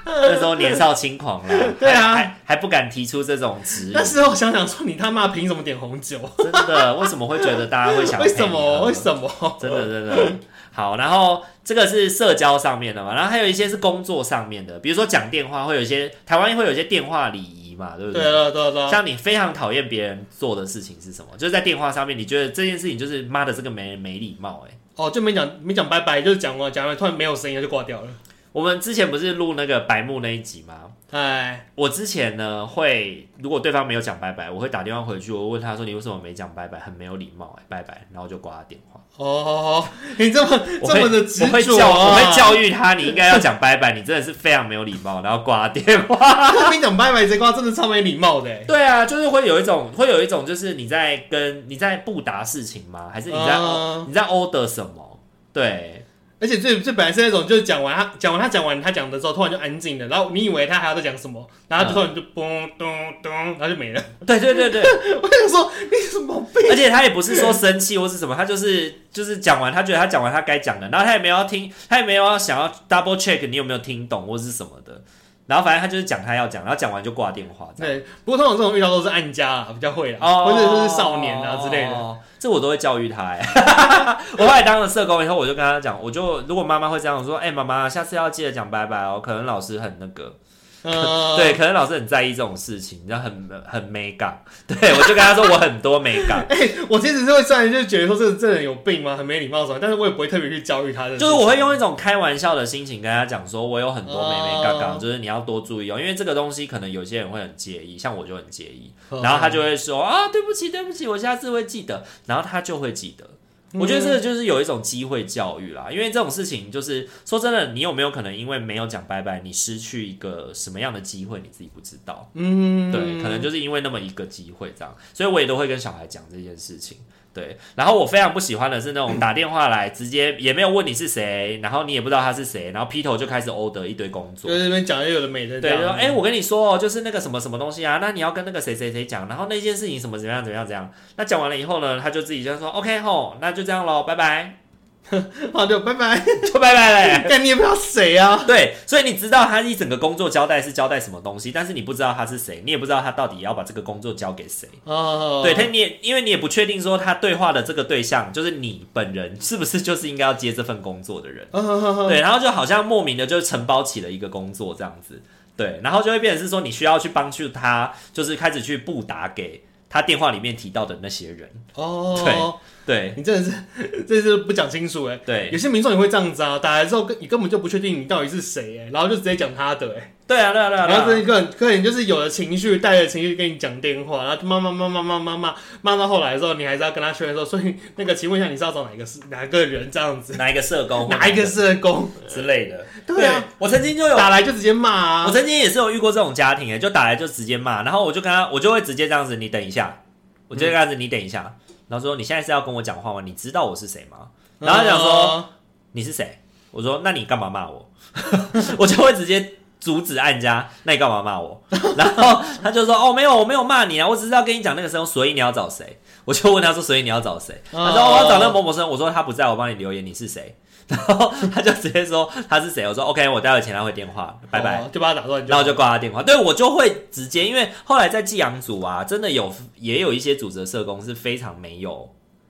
Speaker 2: 那时候年少轻狂啦，
Speaker 1: [LAUGHS] 对啊
Speaker 2: 还还还不敢提出这种质
Speaker 1: [LAUGHS]
Speaker 2: 疑，
Speaker 1: 但是我想想说，你他妈凭什么点红酒？
Speaker 2: 真的为什么会觉得大家会
Speaker 1: [LAUGHS]
Speaker 2: 想
Speaker 1: 为什么？为
Speaker 2: 么？
Speaker 1: 什么？
Speaker 2: 真的真的好，然后这个是社交上面的嘛，然后还有一些是工作上面的，比如说讲电话，会有一些台湾会有一些电话礼仪嘛，对不
Speaker 1: 对啊，对啊，对啊。
Speaker 2: 像你非常讨厌别人做的事情是什么？就是在电话上面，你觉得这件事情就是妈的这个没人没礼貌哎、
Speaker 1: 哦，就没讲没讲拜拜，就是讲完讲完突然没有声音就挂掉了。
Speaker 2: 我们之前不是录那个白木那一集吗？
Speaker 1: 哎，
Speaker 2: 我之前呢会，如果对方没有讲拜拜，我会打电话回去，我问他说你为什么没讲拜拜，很没有礼貌哎、拜拜，然后就挂他电话。
Speaker 1: 哦哦哦，你这么 [LAUGHS]
Speaker 2: 我
Speaker 1: 这
Speaker 2: 会
Speaker 1: 么的执
Speaker 2: 我会
Speaker 1: 着
Speaker 2: 教
Speaker 1: 啊！
Speaker 2: 我会教育他，你应该要讲拜拜，你真的是非常没有礼貌，然后挂他电话。
Speaker 1: [LAUGHS] [LAUGHS] 他跟你讲拜拜这瓜真的超没礼貌的欸。
Speaker 2: 对啊，就是会有一种会有一种就是你在跟你在不答事情吗？还是你在、
Speaker 1: 嗯
Speaker 2: 你在 order 什么？对，
Speaker 1: 而且最最本来是那种，就是讲完他讲完他讲完他讲的之后，突然就安静了，然后你以为他还要再讲什么，然后他突然就嘣咚咚，然后就没了。 [LAUGHS]
Speaker 2: 对对对 [LAUGHS] 对，
Speaker 1: 我想说你有什么毛
Speaker 2: [LAUGHS]
Speaker 1: 病？
Speaker 2: 而且他也不是说生气或是什么，他就是就是讲完，他觉得他讲完他该讲的，然后他也没有要听，他也没有要想要 double check 你有没有听懂或是什么的，然后反正他就是讲他要讲，然后讲完就挂电话这样。
Speaker 1: 对，不过通常这种遇到都是暗家啊，比较会啊，
Speaker 2: 哦，
Speaker 1: 或者就是少年啊之类的。
Speaker 2: 哦，这我都会教育他、哎， [LAUGHS] 我后来当了社工以后，我就跟他讲，我就如果妈妈会这样我说，哎、妈妈，下次要记得讲拜拜哦，可能老师很那个，
Speaker 1: 嗯，
Speaker 2: 对，可能老师很在意这种事情，你知道很很 m 感， [LAUGHS] 对我就跟他说我很多 m 感，
Speaker 1: 我其实是会虽然就觉得说这这人有病吗，很没礼貌什么，但是我也不会特别去教育他的。
Speaker 2: 就是我会用一种开玩笑的心情跟他讲说，我有很多
Speaker 1: 哦
Speaker 2: 妹妹嘎嘎，就是你要多注意哦，因为这个东西可能有些人会很介意，像我就很介意，
Speaker 1: 嗯，
Speaker 2: 然后他就会说啊，对不起，对不起，我下次会记得，然后他就会记得。
Speaker 1: 嗯
Speaker 2: 我觉得这个就是有一种机会教育啦，因为这种事情就是说真的，你有没有可能因为没有讲拜拜，你失去一个什么样的机会，你自己不知道。
Speaker 1: 嗯，
Speaker 2: 对，可能就是因为那么一个机会这样，所以我也都会跟小孩讲这件事情。对，然后我非常不喜欢的是那种打电话来，直接也没有问你是谁，然后你也不知道他是谁，然后劈头就开始 order 一堆工作
Speaker 1: 就。是那边讲又有的没的这
Speaker 2: 对，
Speaker 1: 样，
Speaker 2: 就说哎、我跟你说哦，就是那个什么什么东西啊，那你要跟那个谁谁谁讲，然后那件事情什么怎么样怎么样怎么样。那讲完了以后呢，他就自己就说 OK 吼，那就这样喽，拜拜，
Speaker 1: 好就拜拜，
Speaker 2: 就拜拜
Speaker 1: [LAUGHS]
Speaker 2: 嘞。
Speaker 1: 但你也不知道谁啊，
Speaker 2: 对，所以你知道他一整个工作交代是交代什么东西，但是你不知道他是谁，你也不知道他到底要把这个工作交给谁。
Speaker 1: 哦，
Speaker 2: 对他，你也因为你也不确定说他对话的这个对象就是你本人是不是就是应该要接这份工作的人，
Speaker 1: 哦，
Speaker 2: 对，然后就好像莫名的就承包起了一个工作这样子，对，然后就会变成是说你需要去帮助他，就是开始去布达给他电话里面提到的那些人，
Speaker 1: 哦，
Speaker 2: 对
Speaker 1: [LAUGHS] 你真的是这是不讲清楚哎。有
Speaker 2: 对
Speaker 1: 些民众也会这样子啊，打来之后根你根本就不确定你到底是谁哎、然后就直接讲他的哎、
Speaker 2: 对啊对啊对啊，对
Speaker 1: 然后这
Speaker 2: 啊
Speaker 1: 一个客人就是有了情绪，带着情绪跟你讲电话，然后就骂骂骂骂骂骂骂骂到后来的时候，你还是要跟他确认说，所以那个请问一下你是要找哪一个是哪个人这样子，
Speaker 2: 哪一个社工或
Speaker 1: 哪一个社工
Speaker 2: 之类的，
Speaker 1: 对啊，
Speaker 2: 我曾经就有
Speaker 1: 打来就直接骂啊，
Speaker 2: 我曾经也是有遇过这种家庭欸诶、就打来就直接骂，然后我就跟他，我就会直接这样子，你等一下，我就这样子，你等一下，然后说你现在是要跟我讲话吗？你知道我是谁吗？然后他讲说、
Speaker 1: 哦
Speaker 2: 你是谁？我说那你干嘛骂我？ [LAUGHS] 我就会直接阻止按家，那你干嘛骂我？然后他就说哦没有我没有骂你啊，我只是要跟你讲那个声，所以你要找谁？我就问他说所以你要找谁？他说、
Speaker 1: 哦
Speaker 2: 我要找那个某某声，我说他不在，我帮你留言你是谁？ [LAUGHS] 然后他就直接说他是谁？我说 OK，我待会请他回电话，拜拜。
Speaker 1: 哦就把他打断就
Speaker 2: 然
Speaker 1: 好，
Speaker 2: 后就挂他电话。对我就会直接，因为后来在寄养组啊，真的有也有一些组织的社工是非常没有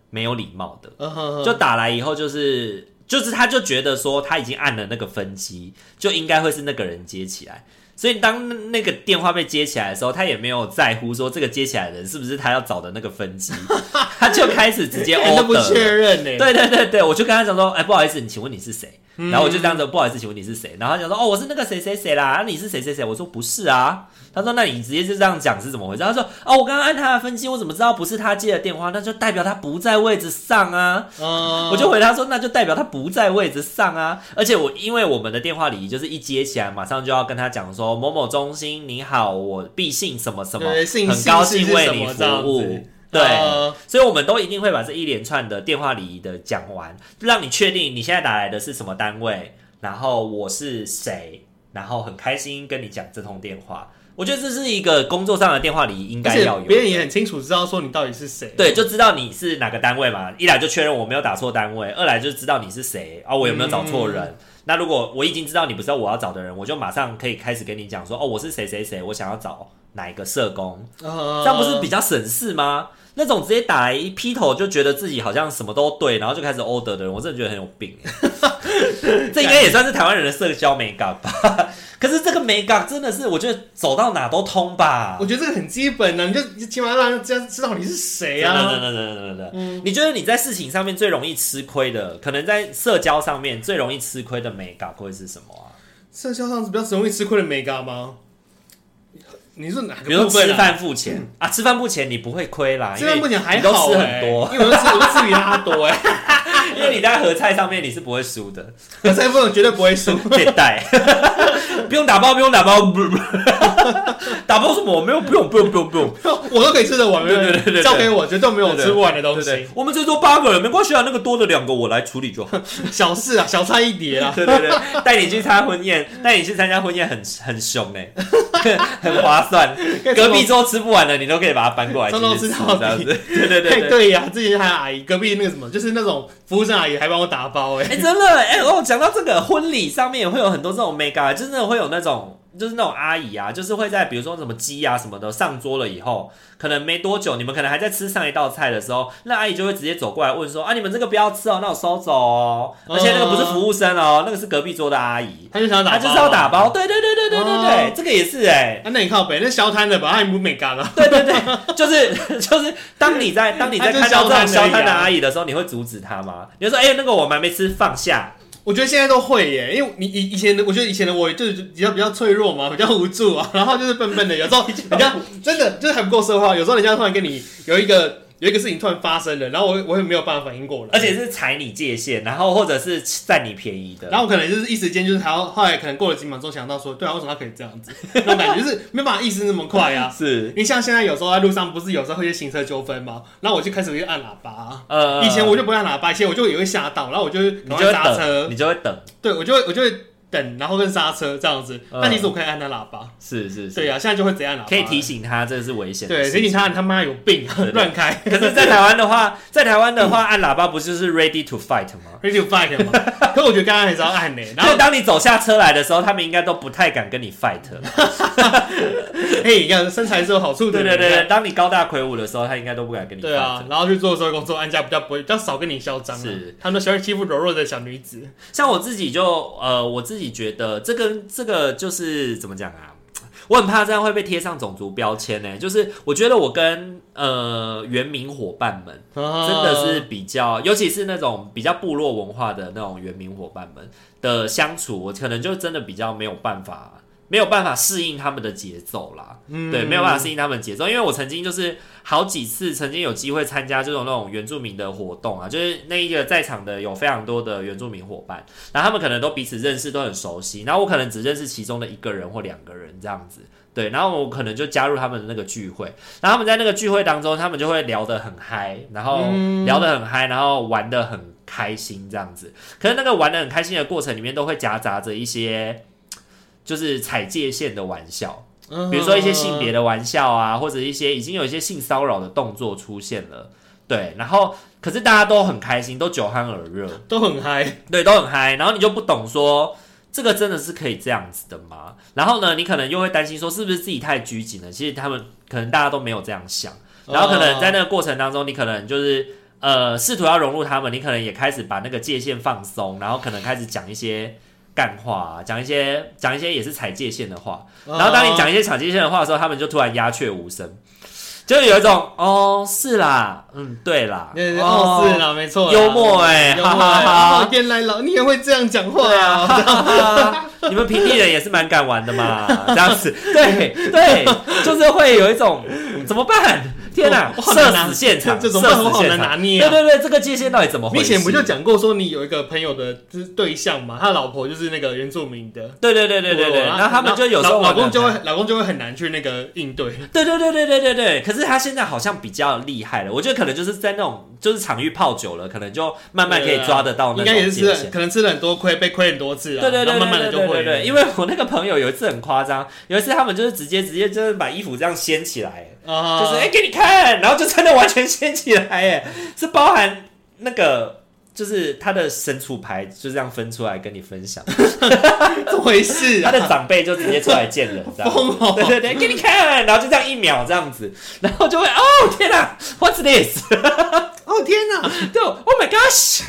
Speaker 2: 没有礼貌的，
Speaker 1: 嗯哼哼
Speaker 2: 就打来以后就是。就是他就觉得说他已经按了那个分机，就应该会是那个人接起来，所以当那个电话被接起来的时候，他也没有在乎说这个接起来的人是不是他要找的那个分机， [LAUGHS] 他就开始
Speaker 1: [LAUGHS]
Speaker 2: 直接
Speaker 1: 人
Speaker 2: order
Speaker 1: 都哎不
Speaker 2: 了
Speaker 1: 确认呢、欸，
Speaker 2: 对对对对，我就跟他讲说，哎、不好意思，你请问你是谁？
Speaker 1: 嗯
Speaker 2: 然后我就这样子，不好意思，请问你是谁？然后他讲说，哦，我是那个谁谁谁啦，啊、你是谁谁谁？我说不是啊。他说，那你直接就这样讲是怎么回事？他说，哦，我刚刚按他的分机，我怎么知道不是他接的电话？那就代表他不在位置上啊。
Speaker 1: 嗯，
Speaker 2: 我就回他说，那就代表他不在位置上啊。而且我因为我们的电话礼仪就是一接起来，马上就要跟他讲说某某中心，你好，我必信什么什么，
Speaker 1: 对信
Speaker 2: 很高
Speaker 1: 信是
Speaker 2: 兴为
Speaker 1: 什
Speaker 2: 你
Speaker 1: 么
Speaker 2: 服
Speaker 1: 这样
Speaker 2: 务
Speaker 1: 子。
Speaker 2: 对，
Speaker 1: 嗯
Speaker 2: 所以我们都一定会把这一连串的电话礼仪的讲完，让你确定你现在打来的是什么单位，然后我是谁，然后很开心跟你讲这通电话。我觉得这是一个工作上的电话礼仪应
Speaker 1: 而
Speaker 2: 该要
Speaker 1: 且
Speaker 2: 有
Speaker 1: 别人
Speaker 2: 的。
Speaker 1: 也很清楚知道说你到底是谁，啊
Speaker 2: 对，就知道你是哪个单位嘛，一来就确认我没有打错单位，二来就知道你是谁啊，我有没有找错人。
Speaker 1: 嗯
Speaker 2: 那如果我已经知道你不是我要找的人，我就马上可以开始跟你讲说，哦，我是谁谁谁，我想要找哪一个社工，
Speaker 1: 嗯，
Speaker 2: 这样不是比较省事吗？那种直接打来一劈头就觉得自己好像什么都对，然后就开始 order 的人，我真的觉得很有
Speaker 1: [LAUGHS]
Speaker 2: 病欸。这应该也算是台湾人的社交美感吧？ [LAUGHS] 可是这个美感真的是，我觉得走到哪都通吧
Speaker 1: 啊我。觉得这个很基本啊的、你就你起码让人家知道你是谁
Speaker 2: 真的
Speaker 1: 啊。
Speaker 2: 真的真的真的真的，你觉得你在事情上面最容易吃亏的，可能在社交上面最容易吃亏的美感会是什么啊？
Speaker 1: 社交上是比较容易吃亏的美咖吗？你是哪
Speaker 2: 比
Speaker 1: 个
Speaker 2: 如
Speaker 1: 部
Speaker 2: 说
Speaker 1: 分
Speaker 2: 吃
Speaker 1: 啊？
Speaker 2: 饭付钱、啊，吃饭付钱你不会亏啦，
Speaker 1: 吃饭目前还
Speaker 2: 因为你
Speaker 1: 好
Speaker 2: 都吃
Speaker 1: 欸
Speaker 2: 很多， [LAUGHS]
Speaker 1: 因为我都吃我都吃比他多哎，
Speaker 2: 因为你在合菜上面你是不会输的，
Speaker 1: 可是我绝对不会输。
Speaker 2: 借贷， [LAUGHS] 不用打包，不用打包，不不，打包什么？没有，不用，不用，不用，不用。
Speaker 1: 我都可以吃得完，没有
Speaker 2: 对对对对
Speaker 1: 交给我绝对没有吃不完的东
Speaker 2: 对对
Speaker 1: 西，，
Speaker 2: 我们最多八个人，没关系啊，那个多的两个我来处理就好。
Speaker 1: 小事啊，小菜一碟啊。
Speaker 2: [LAUGHS] 对对对，带你去参加婚宴，带你去参加婚宴很很凶哎、 [LAUGHS] 很划算。隔壁桌吃不完的，你都可以把它搬过来继
Speaker 1: 从头
Speaker 2: 续吃，
Speaker 1: 吃到
Speaker 2: 这样
Speaker 1: 底
Speaker 2: 子。对对对
Speaker 1: 哎，
Speaker 2: 对。
Speaker 1: 对呀，之前还有阿姨，隔壁那个什么，就是那种服务生阿姨还帮我打包哎
Speaker 2: 哎、。真的哎、哦，讲到这个婚礼上面也会有很多这种 make up，真的会有那种就是那种阿姨啊，就是会在比如说什么鸡啊什么的上桌了以后，可能没多久，你们可能还在吃上一道菜的时候，那阿姨就会直接走过来问说啊，你们这个不要吃哦，那我收走哦，而且那个不是服务生哦，那个是隔壁桌的阿姨，
Speaker 1: 他就想要打包，啊
Speaker 2: 她就是要打。包，对对对对对对对，
Speaker 1: 哦
Speaker 2: 这个也是哎、
Speaker 1: 啊，那你靠北，那消摊的吧，他也啊不美干了。
Speaker 2: 对对对，就是就是，当你在当你
Speaker 1: 他
Speaker 2: 在
Speaker 1: 就是
Speaker 2: 看到这种
Speaker 1: 消摊而已
Speaker 2: 消
Speaker 1: 啊
Speaker 2: 摊的阿姨的时候，你会阻止她吗？你就说，哎、那个我们还没吃，放下。
Speaker 1: [LAUGHS] 我觉得现在都会耶，因为你以以前的，我觉得以前的我就是比较比较脆弱嘛，比较无助啊，然后就是笨笨的，有时候人家真的就是还不够社会化，有时候人家突然跟你有一个有一个事情突然发生了，然后我我也没有办法反应过来，
Speaker 2: 而且是踩你界限，然后或者是占你便宜的。
Speaker 1: 然后
Speaker 2: 后
Speaker 1: 我可能就是一时间就是还要后来可能过了几秒钟想到说，对啊，为什么他可以这样子？那种感觉就是没办法意识那么快啊。
Speaker 2: 是
Speaker 1: 因为像现在有时候在路上不是有时候会有行车纠纷吗？然后我就开始会按喇叭啊、
Speaker 2: 呃
Speaker 1: 以前我就不会按喇叭，以前我就也会吓到，然后我就会
Speaker 2: 你
Speaker 1: 赶
Speaker 2: 就会
Speaker 1: 快刹
Speaker 2: 等，
Speaker 1: 车，
Speaker 2: 你就会等，
Speaker 1: 对我就会我就会等，然后跟刹车这样子。
Speaker 2: 嗯
Speaker 1: 那其实我可以按他喇叭，
Speaker 2: 是是是，
Speaker 1: 对啊，现在就会直接按喇叭，
Speaker 2: 可以提醒他这是危险的
Speaker 1: 对
Speaker 2: 事情。
Speaker 1: 提醒他你他妈有病啊
Speaker 2: 对对
Speaker 1: 乱开
Speaker 2: 可是，在台湾的话，在台湾的话，按喇叭不就是 ready to fight 吗？
Speaker 1: ，radio fight 嘛。可我觉得刚刚还是要按呢、然
Speaker 2: 就
Speaker 1: 后
Speaker 2: 当你走下车来的时候，他们应该都不太敢跟你 fight 了。
Speaker 1: 哎，你看身材是有好处的，
Speaker 2: 对对对
Speaker 1: 你
Speaker 2: 对，
Speaker 1: 看
Speaker 2: 当你高大魁梧的时候，他应该都不敢跟你 fight
Speaker 1: 对啊
Speaker 2: 了。，
Speaker 1: 然后去做社会工作，按家比较不会，比较少跟你嚣张、啊。
Speaker 2: 是，
Speaker 1: 他们喜欢欺负柔弱的小女子。
Speaker 2: 像我自己就呃，我自己觉得这个这个就是怎么讲啊？我很怕这样会被贴上种族标签呢、就是我觉得我跟呃原民伙伴们真
Speaker 1: 真
Speaker 2: 的是比较，尤其是那种比较部落文化的那种原民伙伴们的相处，我可能就真的比较没有办法，没有办法适应他们的节奏啦。嗯
Speaker 1: 嗯
Speaker 2: 对，没有办法适应他们的节奏，因为我曾经就是好几次曾经有机会参加这种那种原住民的活动啊，就是那一个在场的有非常多的原住民伙伴，然后他们可能都彼此认识，都很熟悉，然后我可能只认识其中的一个人或两个人这样子。对，然后我可能就加入他们的那个聚会，然后他们在那个聚会当中，他们就会聊得很嗨，然后聊得很嗨，然后玩得很开心这样子。可是那个玩得很开心的过程里面，都会夹杂着一些就是踩界限的玩笑，
Speaker 1: 嗯，
Speaker 2: 比如说一些性别的玩笑啊，或者一些已经有一些性骚扰的动作出现了，对，然后可是大家都很开心，都酒酣耳热，
Speaker 1: 嗯都很嗨，
Speaker 2: 对，都很嗨，然后你就不懂说这个真的是可以这样子的吗？然后呢，你可能又会担心说是不是自己太拘谨了？其实他们可能大家都没有这样想，然后可
Speaker 1: 哦
Speaker 2: 能在那个过程当中，你可能就是。呃，试图要融入他们，你可能也开始把那个界限放松，然后可能开始讲一些干话、啊，讲一些讲一些也是踩界限的话，
Speaker 1: 哦，
Speaker 2: 然后当你讲一些抢界线的话的时候，他们就突然鸦雀无声，就是有一种哦是啦，嗯对啦，
Speaker 1: 对对对哦是
Speaker 2: 啦，
Speaker 1: 啦，没错啦，
Speaker 2: 幽默哎、
Speaker 1: 幽默
Speaker 2: 哈
Speaker 1: 欸
Speaker 2: 哈哈
Speaker 1: 哦。原来老你也会这样讲话
Speaker 2: 对啊，哈哈哈 [LAUGHS] 你们平地人也是蛮敢玩的嘛，这样子，对对，就是会有一种怎么办？天哪，
Speaker 1: 哦我我好难
Speaker 2: 社
Speaker 1: 拿
Speaker 2: 死现场，
Speaker 1: 这这种
Speaker 2: 社死
Speaker 1: 办法我好
Speaker 2: 现
Speaker 1: 难
Speaker 2: 场，
Speaker 1: 拿
Speaker 2: 对
Speaker 1: 捏啊。
Speaker 2: 对对，这个界限到底怎么回
Speaker 1: 你
Speaker 2: 事？
Speaker 1: 以前不就讲过说你有一个朋友的就是对象嘛，他老婆就是那个原住民的，
Speaker 2: 对对对对对对，
Speaker 1: 然
Speaker 2: 然后他们就有时候
Speaker 1: 哦老老
Speaker 2: 玩
Speaker 1: 公
Speaker 2: 得
Speaker 1: 就
Speaker 2: 很
Speaker 1: 会老公就会很难去那个应对，
Speaker 2: 对对对对对对对，可是他现在好像比较厉害了，我觉得可能就是在那种就是场域泡久了，可能就慢慢可以抓得哦到那
Speaker 1: 啊应
Speaker 2: 种
Speaker 1: 该也
Speaker 2: 界
Speaker 1: 是吃
Speaker 2: 限
Speaker 1: 了。可能吃了很多亏，被亏很多次啊，
Speaker 2: 对
Speaker 1: 然
Speaker 2: 对对
Speaker 1: 后
Speaker 2: 对
Speaker 1: 慢慢
Speaker 2: 对
Speaker 1: 的
Speaker 2: 对
Speaker 1: 就
Speaker 2: 对
Speaker 1: 会
Speaker 2: 对，
Speaker 1: 了。
Speaker 2: 因为我那个朋友有一次很夸张，有一次他们就是直接直接就是把衣服这样掀起来，
Speaker 1: 啊，
Speaker 2: 就是哎、给你看，然后就真的完全掀起来，哎，是包含那个就是他的神厨牌就这样分出来跟你
Speaker 1: [LAUGHS]
Speaker 2: 分享，
Speaker 1: [LAUGHS] 怎么回事
Speaker 2: 他
Speaker 1: 啊？
Speaker 2: 的长辈就直接出来见人，这样
Speaker 1: 疯哦
Speaker 2: 对对对，给你看，然后就这样一秒这样子，然后就会哦天哪、w h a t s this？
Speaker 1: 哦天哪，
Speaker 2: 对，Oh my gosh，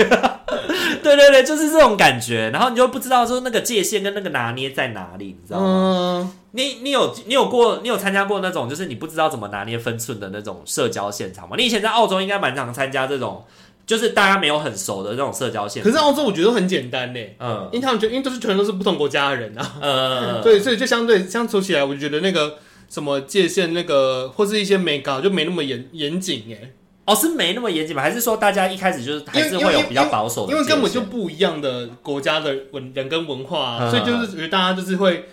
Speaker 2: 对对对，就是这种感觉，然后你就不知道说那个界限跟那个拿捏在哪里，你知道吗？
Speaker 1: 嗯，
Speaker 2: 你你有你有过你有参加过那种就是你不知道怎么拿捏分寸的那种社交现场吗？你以前在澳洲应该蛮常参加这种，就是大家没有很熟的这种社交现
Speaker 1: 可
Speaker 2: 场。
Speaker 1: 是澳洲我觉得很简单呢，
Speaker 2: 嗯
Speaker 1: 因为他们觉得因为都是全都是不同国家的人啊，
Speaker 2: 呃，
Speaker 1: 对，所以就相对相处起来，我觉得那个什么界限那个，或是一些美感就没那么严严谨耶，
Speaker 2: 哦，是没那么严谨吗？还是说大家一开始就是还
Speaker 1: 因为
Speaker 2: 是会有比较保守的
Speaker 1: 因为根本
Speaker 2: 界
Speaker 1: 就
Speaker 2: 限
Speaker 1: 不一样的国家的文人跟文化、啊，
Speaker 2: 嗯
Speaker 1: 所以就是觉得大家就是会。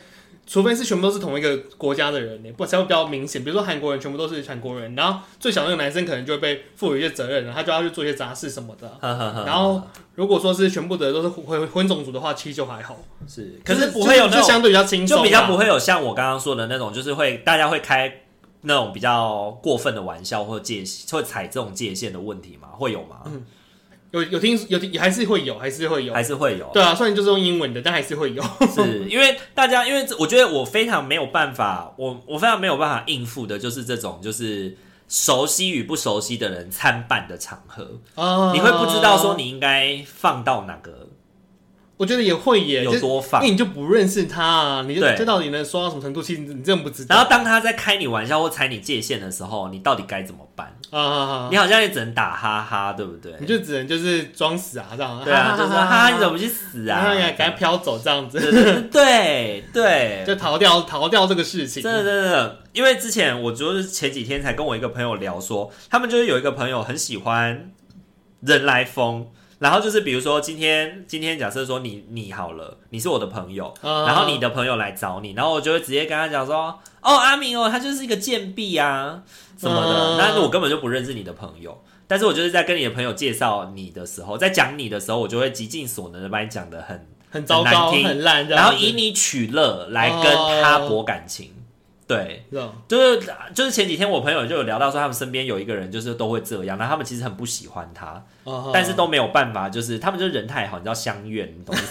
Speaker 1: 除非是全部都是同一个国家的人耶，不然才会比较明显。比如说韩国人全部都是韩国人，然后最小那个男生可能就会被赋予一些责任，然后他就要去做一些杂事什么的。
Speaker 2: 呵呵呵
Speaker 1: 然后如果说是全部的都是混混种族的话，其实就还好，
Speaker 2: 是，可是不会
Speaker 1: 就
Speaker 2: 有那
Speaker 1: 就
Speaker 2: 种
Speaker 1: 相对比较轻松啦，
Speaker 2: 就比较不会有像我刚刚说的那种，就是会大家会开那种比较过分的玩笑或界会踩这种界限的问题吗？会有吗？
Speaker 1: 有有听有听还是会有还是会嗯有，
Speaker 2: 还是会有？
Speaker 1: 对啊，虽然就是用英文的，但还是会有。
Speaker 2: 是 [LAUGHS] 因为大家，因为这我觉得我非常没有办法，我我非常没有办法应付的，就是这种就是熟悉与不熟悉的人参半的场合，
Speaker 1: 啊
Speaker 2: 你会不知道说，你应该放到哪个
Speaker 1: 我觉得也会耶，
Speaker 2: 有
Speaker 1: 就
Speaker 2: 多放
Speaker 1: 因为。你就不认识他啊，你就
Speaker 2: 对
Speaker 1: 这到底能说到什么程度，其实你你真的不知
Speaker 2: 然
Speaker 1: 道
Speaker 2: 后当他在开你玩笑或踩你界限的时候，你到底该怎么办？
Speaker 1: 啊，
Speaker 2: 你好像也只能打哈哈，对不对？
Speaker 1: 你就只能就是装死啊这样，
Speaker 2: 对啊，就是哈哈，你怎
Speaker 1: 么
Speaker 2: 么去死啊？
Speaker 1: 然后也赶快飘走这样子，
Speaker 2: 对对对对，
Speaker 1: 就逃掉逃掉这个事情
Speaker 2: 真。的真的，因为之前我就是前几天才跟我一个朋友聊说，他们就是有一个朋友很喜欢人来疯，然后就是比如说今天今天假设说你你好了，你是我的朋友，
Speaker 1: 啊
Speaker 2: 然后你的朋友来找你，然后我就会直接跟他讲说，哦阿明哦，他就是一个贱婢啊什么的
Speaker 1: 嗯，
Speaker 2: 但是我根本就不认识你的朋友。但是我就是在跟你的朋友介绍你的时候，在讲你的时候，我就会极尽所能的把你讲的很
Speaker 1: 很糟糕，
Speaker 2: 很难听
Speaker 1: 很烂这
Speaker 2: 然
Speaker 1: 样
Speaker 2: 后
Speaker 1: 子，
Speaker 2: 以你取乐来跟他博感情。对，
Speaker 1: 这种
Speaker 2: 就是就是前几天我朋友就有聊到说，他们身边有一个人就是都会这样，然后他们其实很不喜欢他，
Speaker 1: 啊
Speaker 2: 但是都没有办法，就是他们就是人太好，你知道相怨，你懂吗？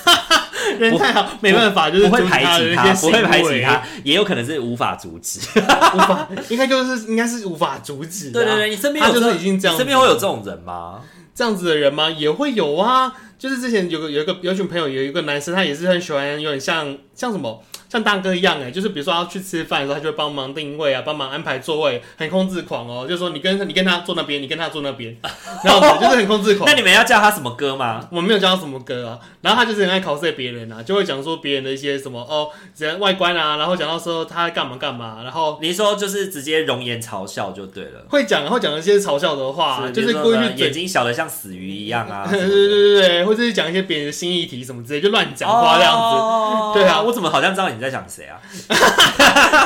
Speaker 1: 人太好，没办法，就是
Speaker 2: 不会
Speaker 1: 阻止
Speaker 2: 排
Speaker 1: 他的
Speaker 2: 挤
Speaker 1: 那些
Speaker 2: 他，不会
Speaker 1: 行
Speaker 2: 排挤
Speaker 1: 为
Speaker 2: 他，也有可能是无法阻
Speaker 1: [LAUGHS]
Speaker 2: 止。
Speaker 1: 无法，应该就是应该是无法阻止、啊。
Speaker 2: 对对对，你身边有
Speaker 1: 他就是
Speaker 2: 这
Speaker 1: 已经这样
Speaker 2: 你
Speaker 1: 子
Speaker 2: 身边会有这种人吗？
Speaker 1: 这样子的人吗？也会有啊。就是之前有个有一个有一群朋友，有一个男生，他也是很喜欢，有点像像什么，像大哥一样哎、就是比如说要去吃饭的时候，他就会帮忙定位啊，帮忙安排座位，很控制狂哦。就是说你跟你跟他坐那边，你跟他坐那边，然后我就是很控制狂
Speaker 2: 那。你们要叫他什么歌吗？
Speaker 1: 我没有教他什么歌啊，然后他就是很爱 cos 别人啊，就会讲说别人的一些什么哦，怎样外观啊，然后讲到说他干嘛干嘛，然后
Speaker 2: 你说就是直接容颜嘲笑就对了，
Speaker 1: 会讲会讲一些嘲笑的话，啊就是故意去嘴
Speaker 2: 呃眼睛小的像死鱼一样
Speaker 1: [LAUGHS]
Speaker 2: 啊，
Speaker 1: 对对对对，或者是讲一些别人的新议题什么之类，就乱讲话这样 [LAUGHS] 子，
Speaker 2: 哦
Speaker 1: 对啊
Speaker 2: 我怎么好像知道你在讲
Speaker 1: [LAUGHS]
Speaker 2: 谁啊？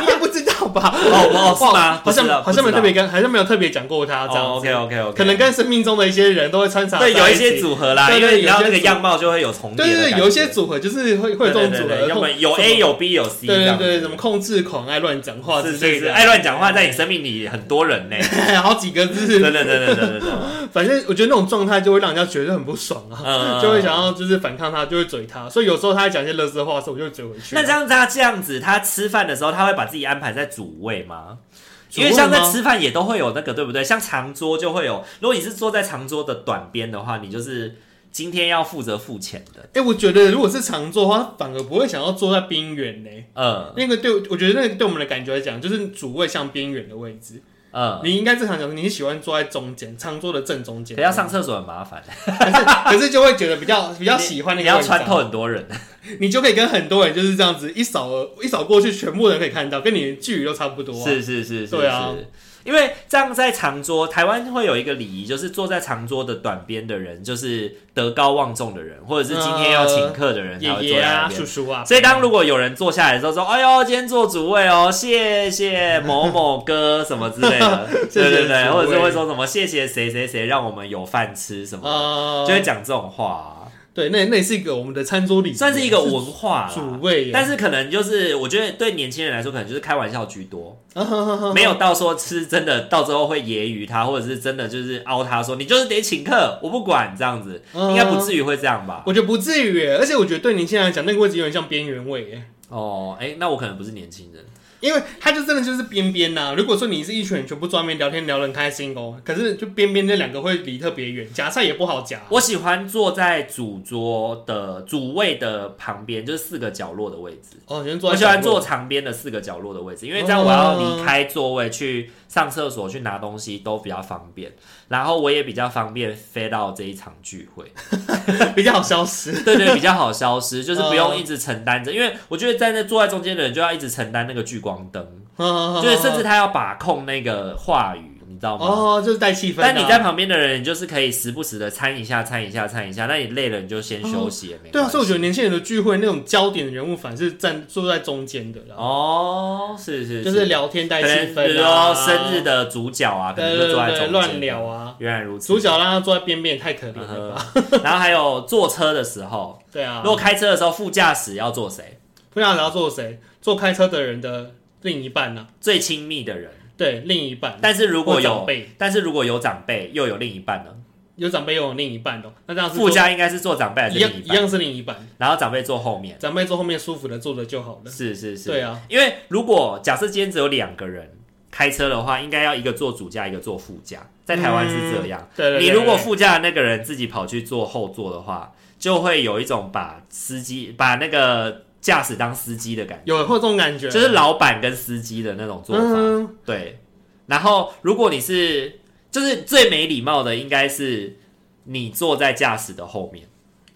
Speaker 1: 你也不知道吧？
Speaker 2: [LAUGHS] 哦哦是吗
Speaker 1: 好
Speaker 2: 不知道
Speaker 1: 像好像没有
Speaker 2: 不知道
Speaker 1: 特别跟，好像没有特别讲过他这样子。
Speaker 2: 哦，OK OK OK，
Speaker 1: 可能跟生命中的一些人都会穿插在
Speaker 2: [LAUGHS] 对
Speaker 1: 起
Speaker 2: 有一些。组合啦，
Speaker 1: 对
Speaker 2: 因
Speaker 1: 对
Speaker 2: 为你知
Speaker 1: 有
Speaker 2: 道那
Speaker 1: 一些
Speaker 2: 个
Speaker 1: 组
Speaker 2: 样貌就会有重叠
Speaker 1: 对
Speaker 2: 的
Speaker 1: 对
Speaker 2: 感觉，
Speaker 1: 对，有一些组合就是会会有这种组
Speaker 2: 对对
Speaker 1: 合，
Speaker 2: 对要
Speaker 1: 控
Speaker 2: 么有
Speaker 1: 什么
Speaker 2: A 有 B 有 C
Speaker 1: 对
Speaker 2: 这
Speaker 1: 对
Speaker 2: 样子
Speaker 1: 对，什么控制狂、爱乱讲话之
Speaker 2: 是
Speaker 1: 类
Speaker 2: 是是，
Speaker 1: 的，
Speaker 2: 爱乱讲话在你生命里很多
Speaker 1: [LAUGHS]
Speaker 2: 人呢，
Speaker 1: 好几个
Speaker 2: 对
Speaker 1: 字。
Speaker 2: 对对对对对对，
Speaker 1: 反正我觉得那种状态就会让人家觉得很不爽啊，
Speaker 2: 嗯
Speaker 1: 就会想。要就是反抗他，就会嘴他。所以有时候他在讲一些乐色话的时候，我就会嘴回去。
Speaker 2: 那这样他这样子，他吃饭的时候他会把自己安排在主位吗？
Speaker 1: 主
Speaker 2: 因
Speaker 1: 位吗
Speaker 2: 为像在吃饭也都会有那个，对不对？像长桌就会有，如果你是坐在长桌的短边的话，你就是今天要负责付钱的。
Speaker 1: 哎、我觉得如果是常坐的话，他反而不会想要坐在边缘呢。
Speaker 2: 嗯
Speaker 1: 那个对，我觉得那个对我们的感觉来讲，就是主位向边缘的位置。
Speaker 2: 嗯，
Speaker 1: 你应该正常讲，你是喜欢坐在中间，常坐的正中间。
Speaker 2: 可要上厕所很麻烦，
Speaker 1: 可是就会觉得比较比较喜欢那
Speaker 2: 你
Speaker 1: 个
Speaker 2: 要
Speaker 1: 位置啊
Speaker 2: 穿透，很多人。
Speaker 1: 你就可以跟很多人就是这样子一扫而一扫过去，全部人可以看到，跟你的距离都差不多、啊。
Speaker 2: 是是是是，
Speaker 1: 对啊
Speaker 2: 是。因为这样在长桌，台湾会有一个礼仪，就是坐在长桌的短边的人，就是德高望重的人，或者是今天要请客的人才会
Speaker 1: 爷
Speaker 2: 坐
Speaker 1: 爷
Speaker 2: 在那
Speaker 1: 啊，
Speaker 2: 边。
Speaker 1: 叔叔啊，
Speaker 2: 所以当如果有人坐下来的时候说：“哎呦，今天做主位哦，谢谢某某哥什么之类的。”
Speaker 1: [LAUGHS] 谢谢
Speaker 2: 对对对，
Speaker 1: 主位
Speaker 2: 或者是会说什么“谢谢谁谁谁让我们有饭吃”什么
Speaker 1: 啊
Speaker 2: 的，就会讲这种话啊、
Speaker 1: 对，那那也是一个我们的餐桌礼仪，
Speaker 2: 算是一个文化啦
Speaker 1: 主位耶，
Speaker 2: 但
Speaker 1: 是
Speaker 2: 是可能就是，我觉得对年轻人来说，可能就是开玩笑居多，
Speaker 1: 嗯
Speaker 2: 没有到说是真的，到最后会揶揄他，或者是真的就是凹他说你就是得请客，我不管这样子，
Speaker 1: 嗯
Speaker 2: 应该不至于会这样吧？
Speaker 1: 我觉得不至于耶，而且我觉得对年轻人来讲，那个位置有点像边缘位耶。
Speaker 2: 哦，哎、那我可能不是年轻人，
Speaker 1: 因为他就真的就是边边呐。如果说你是一群人全部专门聊天聊得很开心哦，可是就边边那两个会离特别远，夹菜也不好夹。
Speaker 2: 我喜欢坐在主桌的主位的旁边，就是四个角落的位置。
Speaker 1: 哦，先坐
Speaker 2: 我
Speaker 1: 在
Speaker 2: 喜
Speaker 1: 角落，
Speaker 2: 欢坐旁边的四个角落的位置，因为这样我要离开座位去上厕所、去拿东西都比较方便，然后我也比较方便飞到这一场聚会。
Speaker 1: 比较好消失。
Speaker 2: 对对，比较好消失，就是不用 [LAUGHS]
Speaker 1: 嗯
Speaker 2: 一直承担着，因为我觉得在那坐在中间的人就要一直承担那个聚光光灯，
Speaker 1: 就
Speaker 2: 就是甚至他要把控那个话语，你知道吗？
Speaker 1: 嗯哦，就是带气氛的啊。
Speaker 2: 但你在旁边的人，你就是可以时不时的参一下、参一下、参一下。那你累了，你就先休息，也没
Speaker 1: 对啊，所以我觉
Speaker 2: 得
Speaker 1: 得年轻人的聚会那种焦点的人物，反而是站坐在中间的啦，
Speaker 2: 哦，是是，
Speaker 1: 就是聊天带
Speaker 2: 可
Speaker 1: 气
Speaker 2: 能比如
Speaker 1: 氛啊，
Speaker 2: 说生日的主角啊，可
Speaker 1: 对
Speaker 2: 能就
Speaker 1: 对
Speaker 2: 坐在中
Speaker 1: 对
Speaker 2: 间
Speaker 1: 乱聊。啊，
Speaker 2: 原来如此，
Speaker 1: 主角让他坐在边边也太可怜
Speaker 2: 嗯
Speaker 1: 了吧？
Speaker 2: 哼。然后还有坐车的时候，
Speaker 1: 对啊
Speaker 2: 如，果开车的时候，副驾驶要坐谁？
Speaker 1: 不想聊坐谁，坐开车的人的另一半呢？
Speaker 2: 最亲密的人。
Speaker 1: 对，另一半。
Speaker 2: 但是如果
Speaker 1: 或长
Speaker 2: 有，
Speaker 1: 辈，
Speaker 2: 但是如果有长辈又有另一半呢？
Speaker 1: 有长辈又有另一半哦，那这样是
Speaker 2: 副
Speaker 1: 坐
Speaker 2: 驾应该是坐长辈还是
Speaker 1: 一样
Speaker 2: 另一
Speaker 1: 一
Speaker 2: 半？
Speaker 1: 样是另一半，
Speaker 2: 然后长辈坐后面。
Speaker 1: 长辈坐后面舒服的坐着就好了。
Speaker 2: 是是是。
Speaker 1: 嗯对啊，
Speaker 2: 因为如果假设今天只有两个人开车的话，应该要一个坐主驾，一个坐副驾，在台湾是这样。
Speaker 1: 嗯对对啊对
Speaker 2: 你如果
Speaker 1: 对对
Speaker 2: 副驾的那个人自己跑去坐后座的话，就会有一种把司机把那个驾驶当司机的感
Speaker 1: 有会有这种感觉，啊
Speaker 2: 觉，就是老板跟司机的那种做法。
Speaker 1: 嗯，
Speaker 2: 对，然后如果你是就是最没礼貌的，应该是你坐在驾驶的后面，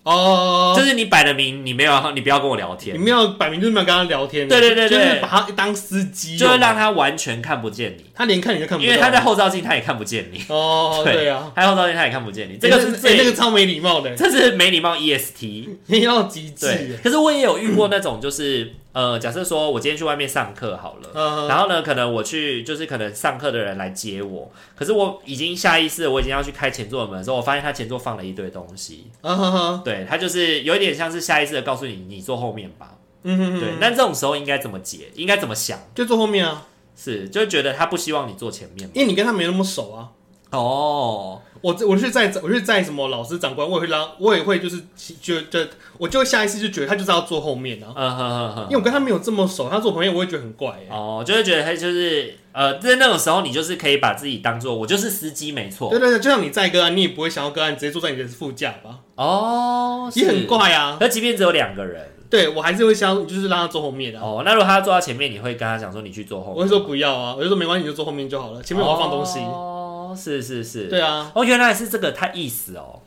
Speaker 1: 哦
Speaker 2: 就，是你摆了明你没有要你不要跟我聊
Speaker 1: 你
Speaker 2: 天，
Speaker 1: 没有摆明就是没有跟他聊天，
Speaker 2: 对对对
Speaker 1: 就
Speaker 2: 对
Speaker 1: 是把他当司机，啊
Speaker 2: 就会让他完全看不见你，
Speaker 1: 他连看你都看不到，
Speaker 2: 因为他在后照镜他也看不见你。
Speaker 1: 哦，
Speaker 2: 对
Speaker 1: 对啊，
Speaker 2: 还有照片他也看不见你，这个是
Speaker 1: 欸
Speaker 2: 最、
Speaker 1: 那个超没礼貌的，
Speaker 2: 这是没礼貌 EST。
Speaker 1: 你 [LAUGHS] 要极致
Speaker 2: 对
Speaker 1: 欸，，
Speaker 2: 可是我也有遇过那种，就是呃，假设说我今天去外面上课好了。
Speaker 1: 呃，
Speaker 2: 然后呢，可能我去就是可能上课的人来接我，可是我已经下意识地我已经要去开前座的门的时候，我发现他前座放了一堆东西，
Speaker 1: 啊哈哈，
Speaker 2: 对他就是有一点像是下意识的告诉你你坐后面吧，
Speaker 1: 嗯哼哼，
Speaker 2: 对，那这种时候应该怎么解？应该怎么想？
Speaker 1: 就坐后面啊，
Speaker 2: 是就觉得他不希望你坐前面吗
Speaker 1: 因为你跟他没那么熟啊。
Speaker 2: 哦，
Speaker 1: 我我是在我是在什么老师长官，我也会让我也会就是就就我就会下意识就觉得他就是要坐后面啊，
Speaker 2: 嗯哼哼哼
Speaker 1: 因为我跟他没有这么熟，他坐我旁边我会觉得很怪欸
Speaker 2: 哦，就会觉得他就是呃，在那种时候，你就是可以把自己当做我就是司机，没错
Speaker 1: 对。对对，就像你载个案，你也不会想要个案直接坐在你的副驾吧？
Speaker 2: 哦，
Speaker 1: 也很
Speaker 2: 怪。
Speaker 1: 怪啊。
Speaker 2: 那即便只有两个人，
Speaker 1: 对我还是会想就是让他坐后面的啊、
Speaker 2: 哦，那如果他坐到前面，你会跟他讲说你去坐后面吗，
Speaker 1: 我会说不要啊，我就说没关系，你就坐后面就好了，前面我要放东西。
Speaker 2: 哦，是是是，
Speaker 1: 对啊，
Speaker 2: 哦，原来是这个他意思哦，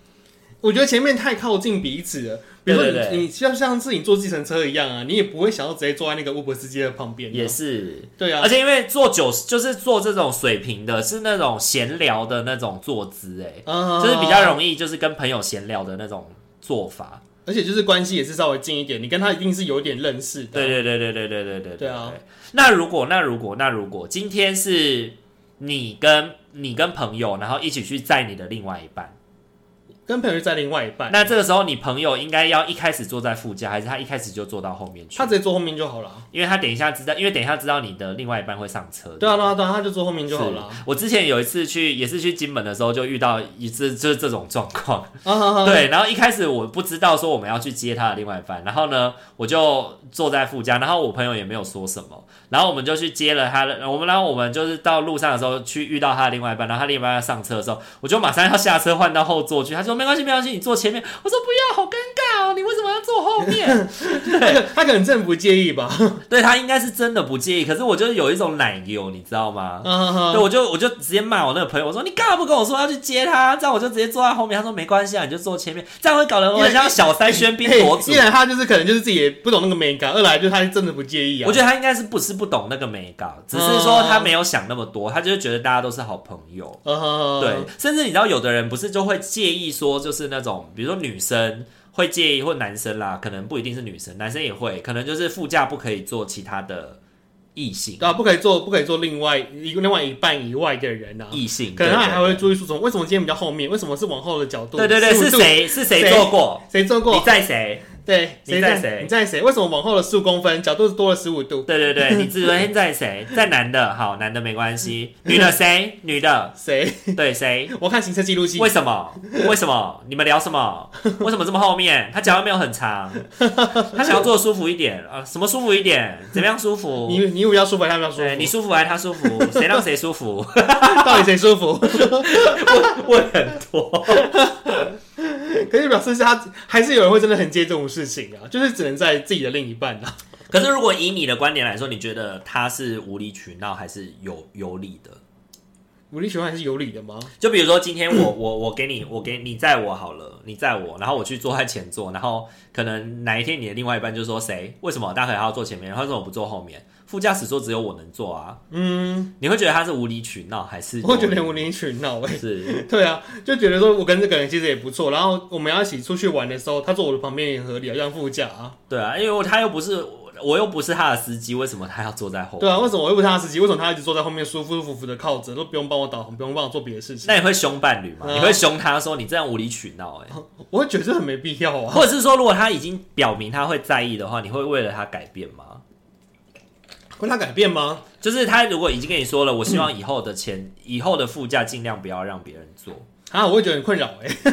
Speaker 1: 我觉得前面太靠近彼此了。比如说你，
Speaker 2: 对对对
Speaker 1: 你像像是你坐计程车一样啊，你也不会想要直接坐在那个 Uber 司机的旁边、啊
Speaker 2: 也，是。
Speaker 1: 对啊
Speaker 2: 而，且因为坐九十，就是坐这种水平的，是那种闲聊的那种坐姿，哎、
Speaker 1: 啊
Speaker 2: 就是比较，容易，就是跟朋友闲聊的那种做法。
Speaker 1: 而且就是关系也是稍微近一点，你跟他一定是有点认识的。
Speaker 2: 对对对对对对对对
Speaker 1: 啊对啊！
Speaker 2: 那如果那如果那如果今天是你跟你跟朋友，然后一起去载你的另外一半，
Speaker 1: 跟朋友在另外一半，
Speaker 2: 那这个时候你朋友应该要一开始坐在副驾，还是他一开始就坐到后面去
Speaker 1: 他？直接坐后面就好了。
Speaker 2: 因为他等一下知道，因为等一下知道你的另外一半会上车。
Speaker 1: 对啊，对啊，对啊，他就坐后面
Speaker 2: 是
Speaker 1: 就好了。
Speaker 2: 我之前有一次去，也是去金门的时候，就遇到一次就是这种状况。
Speaker 1: 啊哈哈，
Speaker 2: 对，然后一开始我不知道说我们要去接他的另外一半，然后呢，我就坐在副驾，然后我朋友也没有说什么，然后我们就去接了他的，我们然后我们就是到路上的时候去遇到他的另外一半，然后他另外一半要上车的时候，我就马上要下车换到后座去，他说没关系没关系，你坐前面，我说不要，好尴尬哦，你为什么要坐后面？
Speaker 1: 他可他可能真的不介意吧？
Speaker 2: 对他应该是真的不介意，可是我就是有一种奶油，你知道吗？
Speaker 1: 啊哈
Speaker 2: 对，
Speaker 1: 哈，
Speaker 2: 我就我就直接骂我那个朋友，我说你干嘛不跟我说要去接他？这样我就直接坐在后面。他说没关系啊，你就坐前面，这样会搞得我很像小三喧宾夺主
Speaker 1: 一。 [LAUGHS] 来哎他就是可能就是自己也不懂那个美感，二来就是他真的不介意啊。
Speaker 2: 我觉得他应该是不是不懂那个美感，只是说他没有想那么多，他就是觉得大家都是好朋友。
Speaker 1: 得，啊哈哈，
Speaker 2: 对，甚至你知道，有的人不是就会介意说，就是那种比如说女生会介意，或男生啦，可能不一定是女生，男生也会，可能就是副驾不可以坐其他的异性，
Speaker 1: 对啊，不可以做不可以做另外一另外一半以外的人啊。
Speaker 2: 异性
Speaker 1: 可能他还
Speaker 2: 对
Speaker 1: 会注意说什么？为什么今天比较后面？为什么是往后的角度？
Speaker 2: 对对对，
Speaker 1: 速
Speaker 2: 是
Speaker 1: 度？
Speaker 2: 谁是谁
Speaker 1: 谁
Speaker 2: 坐过？
Speaker 1: 谁做
Speaker 2: 你
Speaker 1: 过？
Speaker 2: 在谁？
Speaker 1: 对，
Speaker 2: 你
Speaker 1: 谁
Speaker 2: 在
Speaker 1: 在
Speaker 2: 谁
Speaker 1: 你在谁？为什么往后了十五公分，角度多了十五度？
Speaker 2: 对对 [LAUGHS] 对，你自尊在谁？在男的，好，男的没关 [LAUGHS] 系，女的谁？女的，
Speaker 1: 谁？
Speaker 2: 对 [LAUGHS] 谁？
Speaker 1: [LAUGHS] 我看行车记录器
Speaker 2: 为。什么？为什么？你们聊什么？为什么这么后面？他脚又没有很长，他想要坐舒服一点啊、什么舒服一点？怎么样舒服
Speaker 1: 你？你比较舒服，他比较舒
Speaker 2: 对你
Speaker 1: 服。
Speaker 2: 舒服还是他舒服？谁让谁舒服？
Speaker 1: [LAUGHS] 到底谁舒服？
Speaker 2: [LAUGHS] 问很多。
Speaker 1: [LAUGHS] 可是表示是他还是有人会真的很介意这种事情啊，就是只能在自己的另一半啊。
Speaker 2: [LAUGHS] 可是如果以你的观点来说，你觉得他是无理取闹还是有有理的？
Speaker 1: 武力循环是有理的吗？
Speaker 2: 就比如说今天
Speaker 1: 嗯
Speaker 2: 我我我给你我给你载我好了，你载我，然后我去坐在前座，然后可能哪一天你的另外一半就说谁为什么大可还要坐前面，然后为什么不坐后面？副驾驶座只有我能坐啊，
Speaker 1: 嗯，
Speaker 2: 你会觉得他是无理取闹还是？
Speaker 1: [LAUGHS] 我觉得无理取闹哎、
Speaker 2: 是，
Speaker 1: [LAUGHS] 对啊，就觉得说我跟这个人其实也不错，然后我们要一起出去玩的时候，他坐我的旁边也合理啊，让副驾啊，
Speaker 2: 对啊，因为我他又不是我又不是他的司机，为什么他要坐在后？
Speaker 1: 对啊，为什么我又不是他的司机？为什么他一直坐在后面舒舒服服的靠着，都不用帮我导航，不用帮我做别的事情？
Speaker 2: 那你会凶伴侣吗？
Speaker 1: 嗯
Speaker 2: 你会凶他说你这样无理取闹、欸，
Speaker 1: 我会觉得这很没必要啊。
Speaker 2: 或者是说如果他已经表明他会在意的话，你会为了他改变吗？
Speaker 1: 会他改变吗？
Speaker 2: 就是他如果已经跟你说了，我希望以后的钱，
Speaker 1: 嗯
Speaker 2: 以后的副驾尽量不要让别人坐，
Speaker 1: 啊，我会觉得很困扰哎、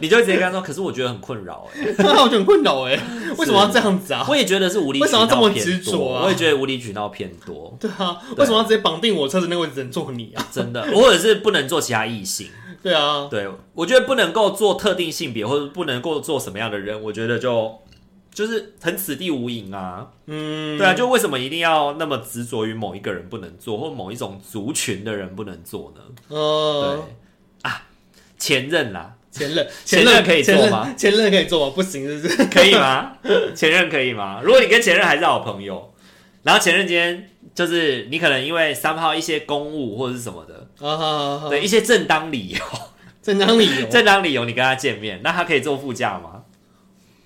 Speaker 2: 你就直接跟他说。可是我觉得很困扰哎、
Speaker 1: [LAUGHS] 我觉得很困扰
Speaker 2: [LAUGHS]
Speaker 1: 哎、为什么要这样子啊？
Speaker 2: 我也觉得是无理
Speaker 1: 为
Speaker 2: 取
Speaker 1: 什么
Speaker 2: 闹
Speaker 1: 要这么
Speaker 2: 偏
Speaker 1: 执着
Speaker 2: 多
Speaker 1: 啊
Speaker 2: 我也觉得无理取闹偏多， [LAUGHS]
Speaker 1: 对啊，
Speaker 2: 对
Speaker 1: [LAUGHS] 为什么要直接绑定我车子那个位置只能坐你啊？
Speaker 2: 真的，或者是不能做其他异性。
Speaker 1: 对啊，
Speaker 2: 对，我觉得不能够做特定性别，或者不能够做什么样的人，我觉得就就是很此地无银啊。
Speaker 1: 嗯，
Speaker 2: 对啊，就为什么一定要那么执着于某一个人不能做，或某一种族群的人不能做呢？
Speaker 1: 呃，
Speaker 2: 对啊，前任啦，
Speaker 1: 前任
Speaker 2: [LAUGHS] 前任可以做吗？
Speaker 1: 前任前任可以做吗？不行，是
Speaker 2: [LAUGHS]
Speaker 1: 啊不是？
Speaker 2: 可以吗？前任可以吗？如果你跟前任还是好朋友，然后前任今天就是你可能因为三号一些公务或者是什么的，
Speaker 1: 啊哈哈，
Speaker 2: 对一些正当理由，
Speaker 1: 正当理由，
Speaker 2: 正当理由你跟他见面，那他可以坐副驾吗？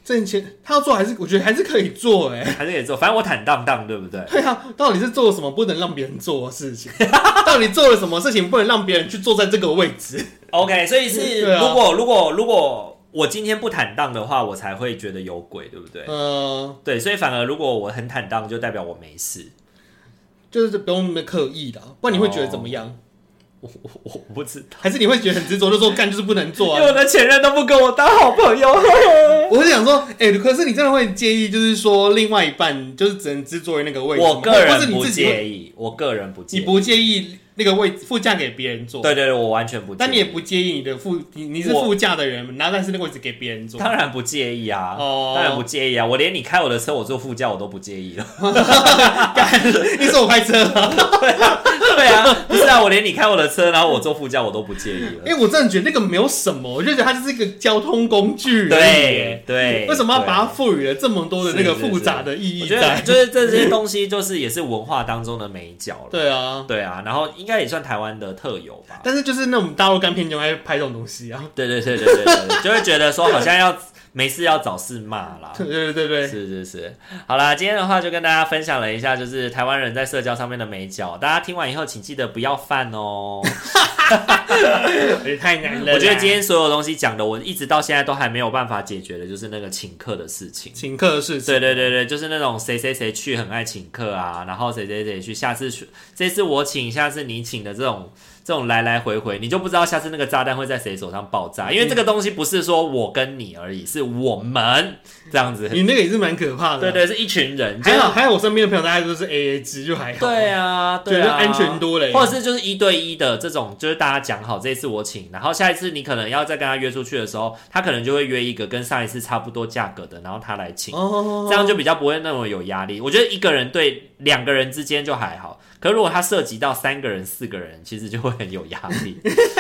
Speaker 1: 挣钱他要做还是我觉得还是可以做
Speaker 2: [LAUGHS]
Speaker 1: 哎、
Speaker 2: 还是可以坐？反正我坦荡荡，对不对？
Speaker 1: 对啊，到底是做了什么不能让别人做的事情？ [LAUGHS] 到底做了什么事情不能让别人去坐在这个位
Speaker 2: [LAUGHS]
Speaker 1: 置？
Speaker 2: OK，所以是
Speaker 1: 对啊
Speaker 2: 如果如果如果我今天不坦荡的话，我才会觉得有鬼，对不对？
Speaker 1: 呃，
Speaker 2: 对，所以反而如果我很坦荡，就代表我没事。
Speaker 1: 就是不用那么刻意的，啊不然你会觉得怎么样？
Speaker 2: 哦我我我我不知道，
Speaker 1: 还是你会觉得很执着，就说干就是不能做
Speaker 2: 因
Speaker 1: 啊
Speaker 2: 为？我的前任都不跟我当好朋友。
Speaker 1: [LAUGHS] 我是想说，哎、可是你真的会介意，就是说另外一半就是只能执着于那个位置吗，
Speaker 2: 我个
Speaker 1: 或是
Speaker 2: 人
Speaker 1: 你
Speaker 2: 不
Speaker 1: 自己会，
Speaker 2: 介意，我个人不介
Speaker 1: 你
Speaker 2: 意。
Speaker 1: 不介意那个位副驾给别人坐，
Speaker 2: 对对对，我完全不介意。
Speaker 1: 但你也不介意你的副你你是
Speaker 2: 我
Speaker 1: 副驾的人，然后但是那个位置给别人坐，
Speaker 2: 当然不介意啊，
Speaker 1: 哦
Speaker 2: 当然不介意啊。我连你开我的车，我坐副驾我都不介
Speaker 1: [LAUGHS]
Speaker 2: 意了。
Speaker 1: 干， [LAUGHS] 你说我开车啊？
Speaker 2: 对啊，不是啊，我连你开我的车，然后我坐副驾我都不介
Speaker 1: [LAUGHS]
Speaker 2: 意了。
Speaker 1: 因为欸我真的觉得那个没有什么，我就觉得它就是一个交通工具，
Speaker 2: 对。对，
Speaker 1: 为什么要把它
Speaker 2: 对？
Speaker 1: 赋予了这么多的那个
Speaker 2: 是是
Speaker 1: 复杂的意
Speaker 2: 我
Speaker 1: 义
Speaker 2: 觉得
Speaker 1: 在？
Speaker 2: 就是这些东西，就是也是文化当中的美角了。
Speaker 1: 对啊，
Speaker 2: 对啊，然后应该也算台湾的特有吧。
Speaker 1: 但是就是那种大陆干片就爱拍这种东西啊，
Speaker 2: 对对对对对对，对就会觉得说好像要没事要找事骂啦。
Speaker 1: [LAUGHS] 对对对对，
Speaker 2: 是是是，好啦，今天的话就跟大家分享了一下，就是台湾人在社交上面的美角。大家听完以后，请记得不要犯哦。
Speaker 1: 也 [LAUGHS] 太难了啦。
Speaker 2: 我觉得今天所有东西讲的，我一直到现在都还没有办法解决的，就是那个请客的事情。
Speaker 1: 请客的事情，
Speaker 2: 对对对对，就是那种谁谁谁去很爱请客啊，然后谁谁谁去，下次去，这次我请，下次你请的这种这种来来回回，你就不知道下次那个炸弹会在谁手上爆炸，因为这个东西不是说我跟你而已，是我们这样子。
Speaker 1: [LAUGHS] 你那个也是蛮可怕的。啊
Speaker 2: 对，对，是一群人，
Speaker 1: 嗯还好还好，我身边的朋友大家都是 AA 制，就还好。
Speaker 2: 对啊，
Speaker 1: 觉
Speaker 2: 对
Speaker 1: 得
Speaker 2: 啊，
Speaker 1: 安全多了耶。
Speaker 2: 或者是就是一对一的这种，就是大家讲好这一次我请，然后下一次你可能要再跟他约出去的时候，他可能就会约一个跟上一次差不多价格的，然后他来请，
Speaker 1: 哦， [LAUGHS]
Speaker 2: 这样就比较不会那么有压力。我觉得一个人对两个人之间就还好，可如果他涉及到三个人、四个人，其实就会很有压
Speaker 1: [LAUGHS]
Speaker 2: 力，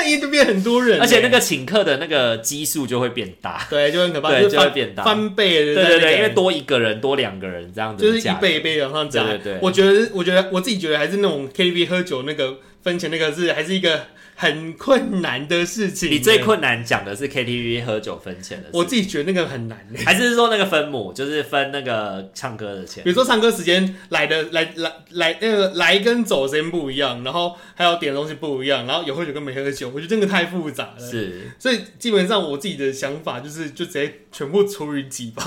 Speaker 1: 一就变很多人，
Speaker 2: 而且那个请客的那个基数就会变大。
Speaker 1: 对就很可怕，
Speaker 2: 对
Speaker 1: 就是
Speaker 2: 就会
Speaker 1: 翻
Speaker 2: 变大
Speaker 1: 翻倍的
Speaker 2: 对
Speaker 1: 在那
Speaker 2: 对
Speaker 1: 个。
Speaker 2: 对，因为多一个人、多两个人这样子
Speaker 1: 就
Speaker 2: 的
Speaker 1: 是
Speaker 2: 价
Speaker 1: 一
Speaker 2: 格，
Speaker 1: 倍一倍地往上涨。
Speaker 2: 对对对
Speaker 1: 我觉得我觉得我自己觉得还是那种 KTV 喝酒那个分钱那个是还是一个很困难的事情。
Speaker 2: 你最，困难讲的是 KTV 喝酒分钱的事，
Speaker 1: 我自己觉得那个很难。
Speaker 2: 还是说那个分母，就是分那个唱歌的钱
Speaker 1: 比。如说唱歌时间来的来来来那个来跟走时间不一样，然后还有点的东西不一样，然后有喝酒跟没喝酒，我觉得这个太复杂了。
Speaker 2: 是，
Speaker 1: 所以基本上我自己的想法就是，就直接全部除以几吧。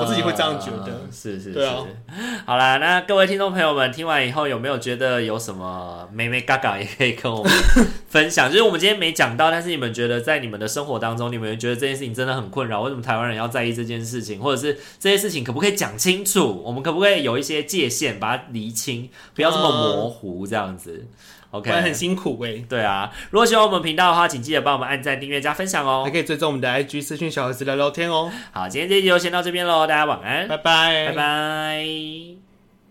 Speaker 1: [LAUGHS] 我自己会这样觉得
Speaker 2: 是是
Speaker 1: 对啊
Speaker 2: 是。好啦，那各位听众朋友们，听完以后有没有觉得有什么妹妹嘎嘎也可以跟我们分享？就是我们今天没讲到，但是你们觉得在你们的生活当中，你们觉得这件事情真的很困扰，为什么台湾人要在意这件事情，或者是这些事情可不可以讲清楚？我们可不可以有一些界限，把它厘清，不要这么模糊这
Speaker 1: [LAUGHS]
Speaker 2: 样子
Speaker 1: 不
Speaker 2: ？OK，
Speaker 1: 然很辛苦哎、
Speaker 2: 对啊，如果喜欢我们频道的话，请记得帮我们按赞、订阅、加分享
Speaker 1: 还
Speaker 2: 哦。
Speaker 1: 可以追踪我们的 IG 私讯小盒子聊聊天哦。
Speaker 2: 好，今天这一集就先到这边喽，大家晚安，
Speaker 1: 拜拜，
Speaker 2: 拜拜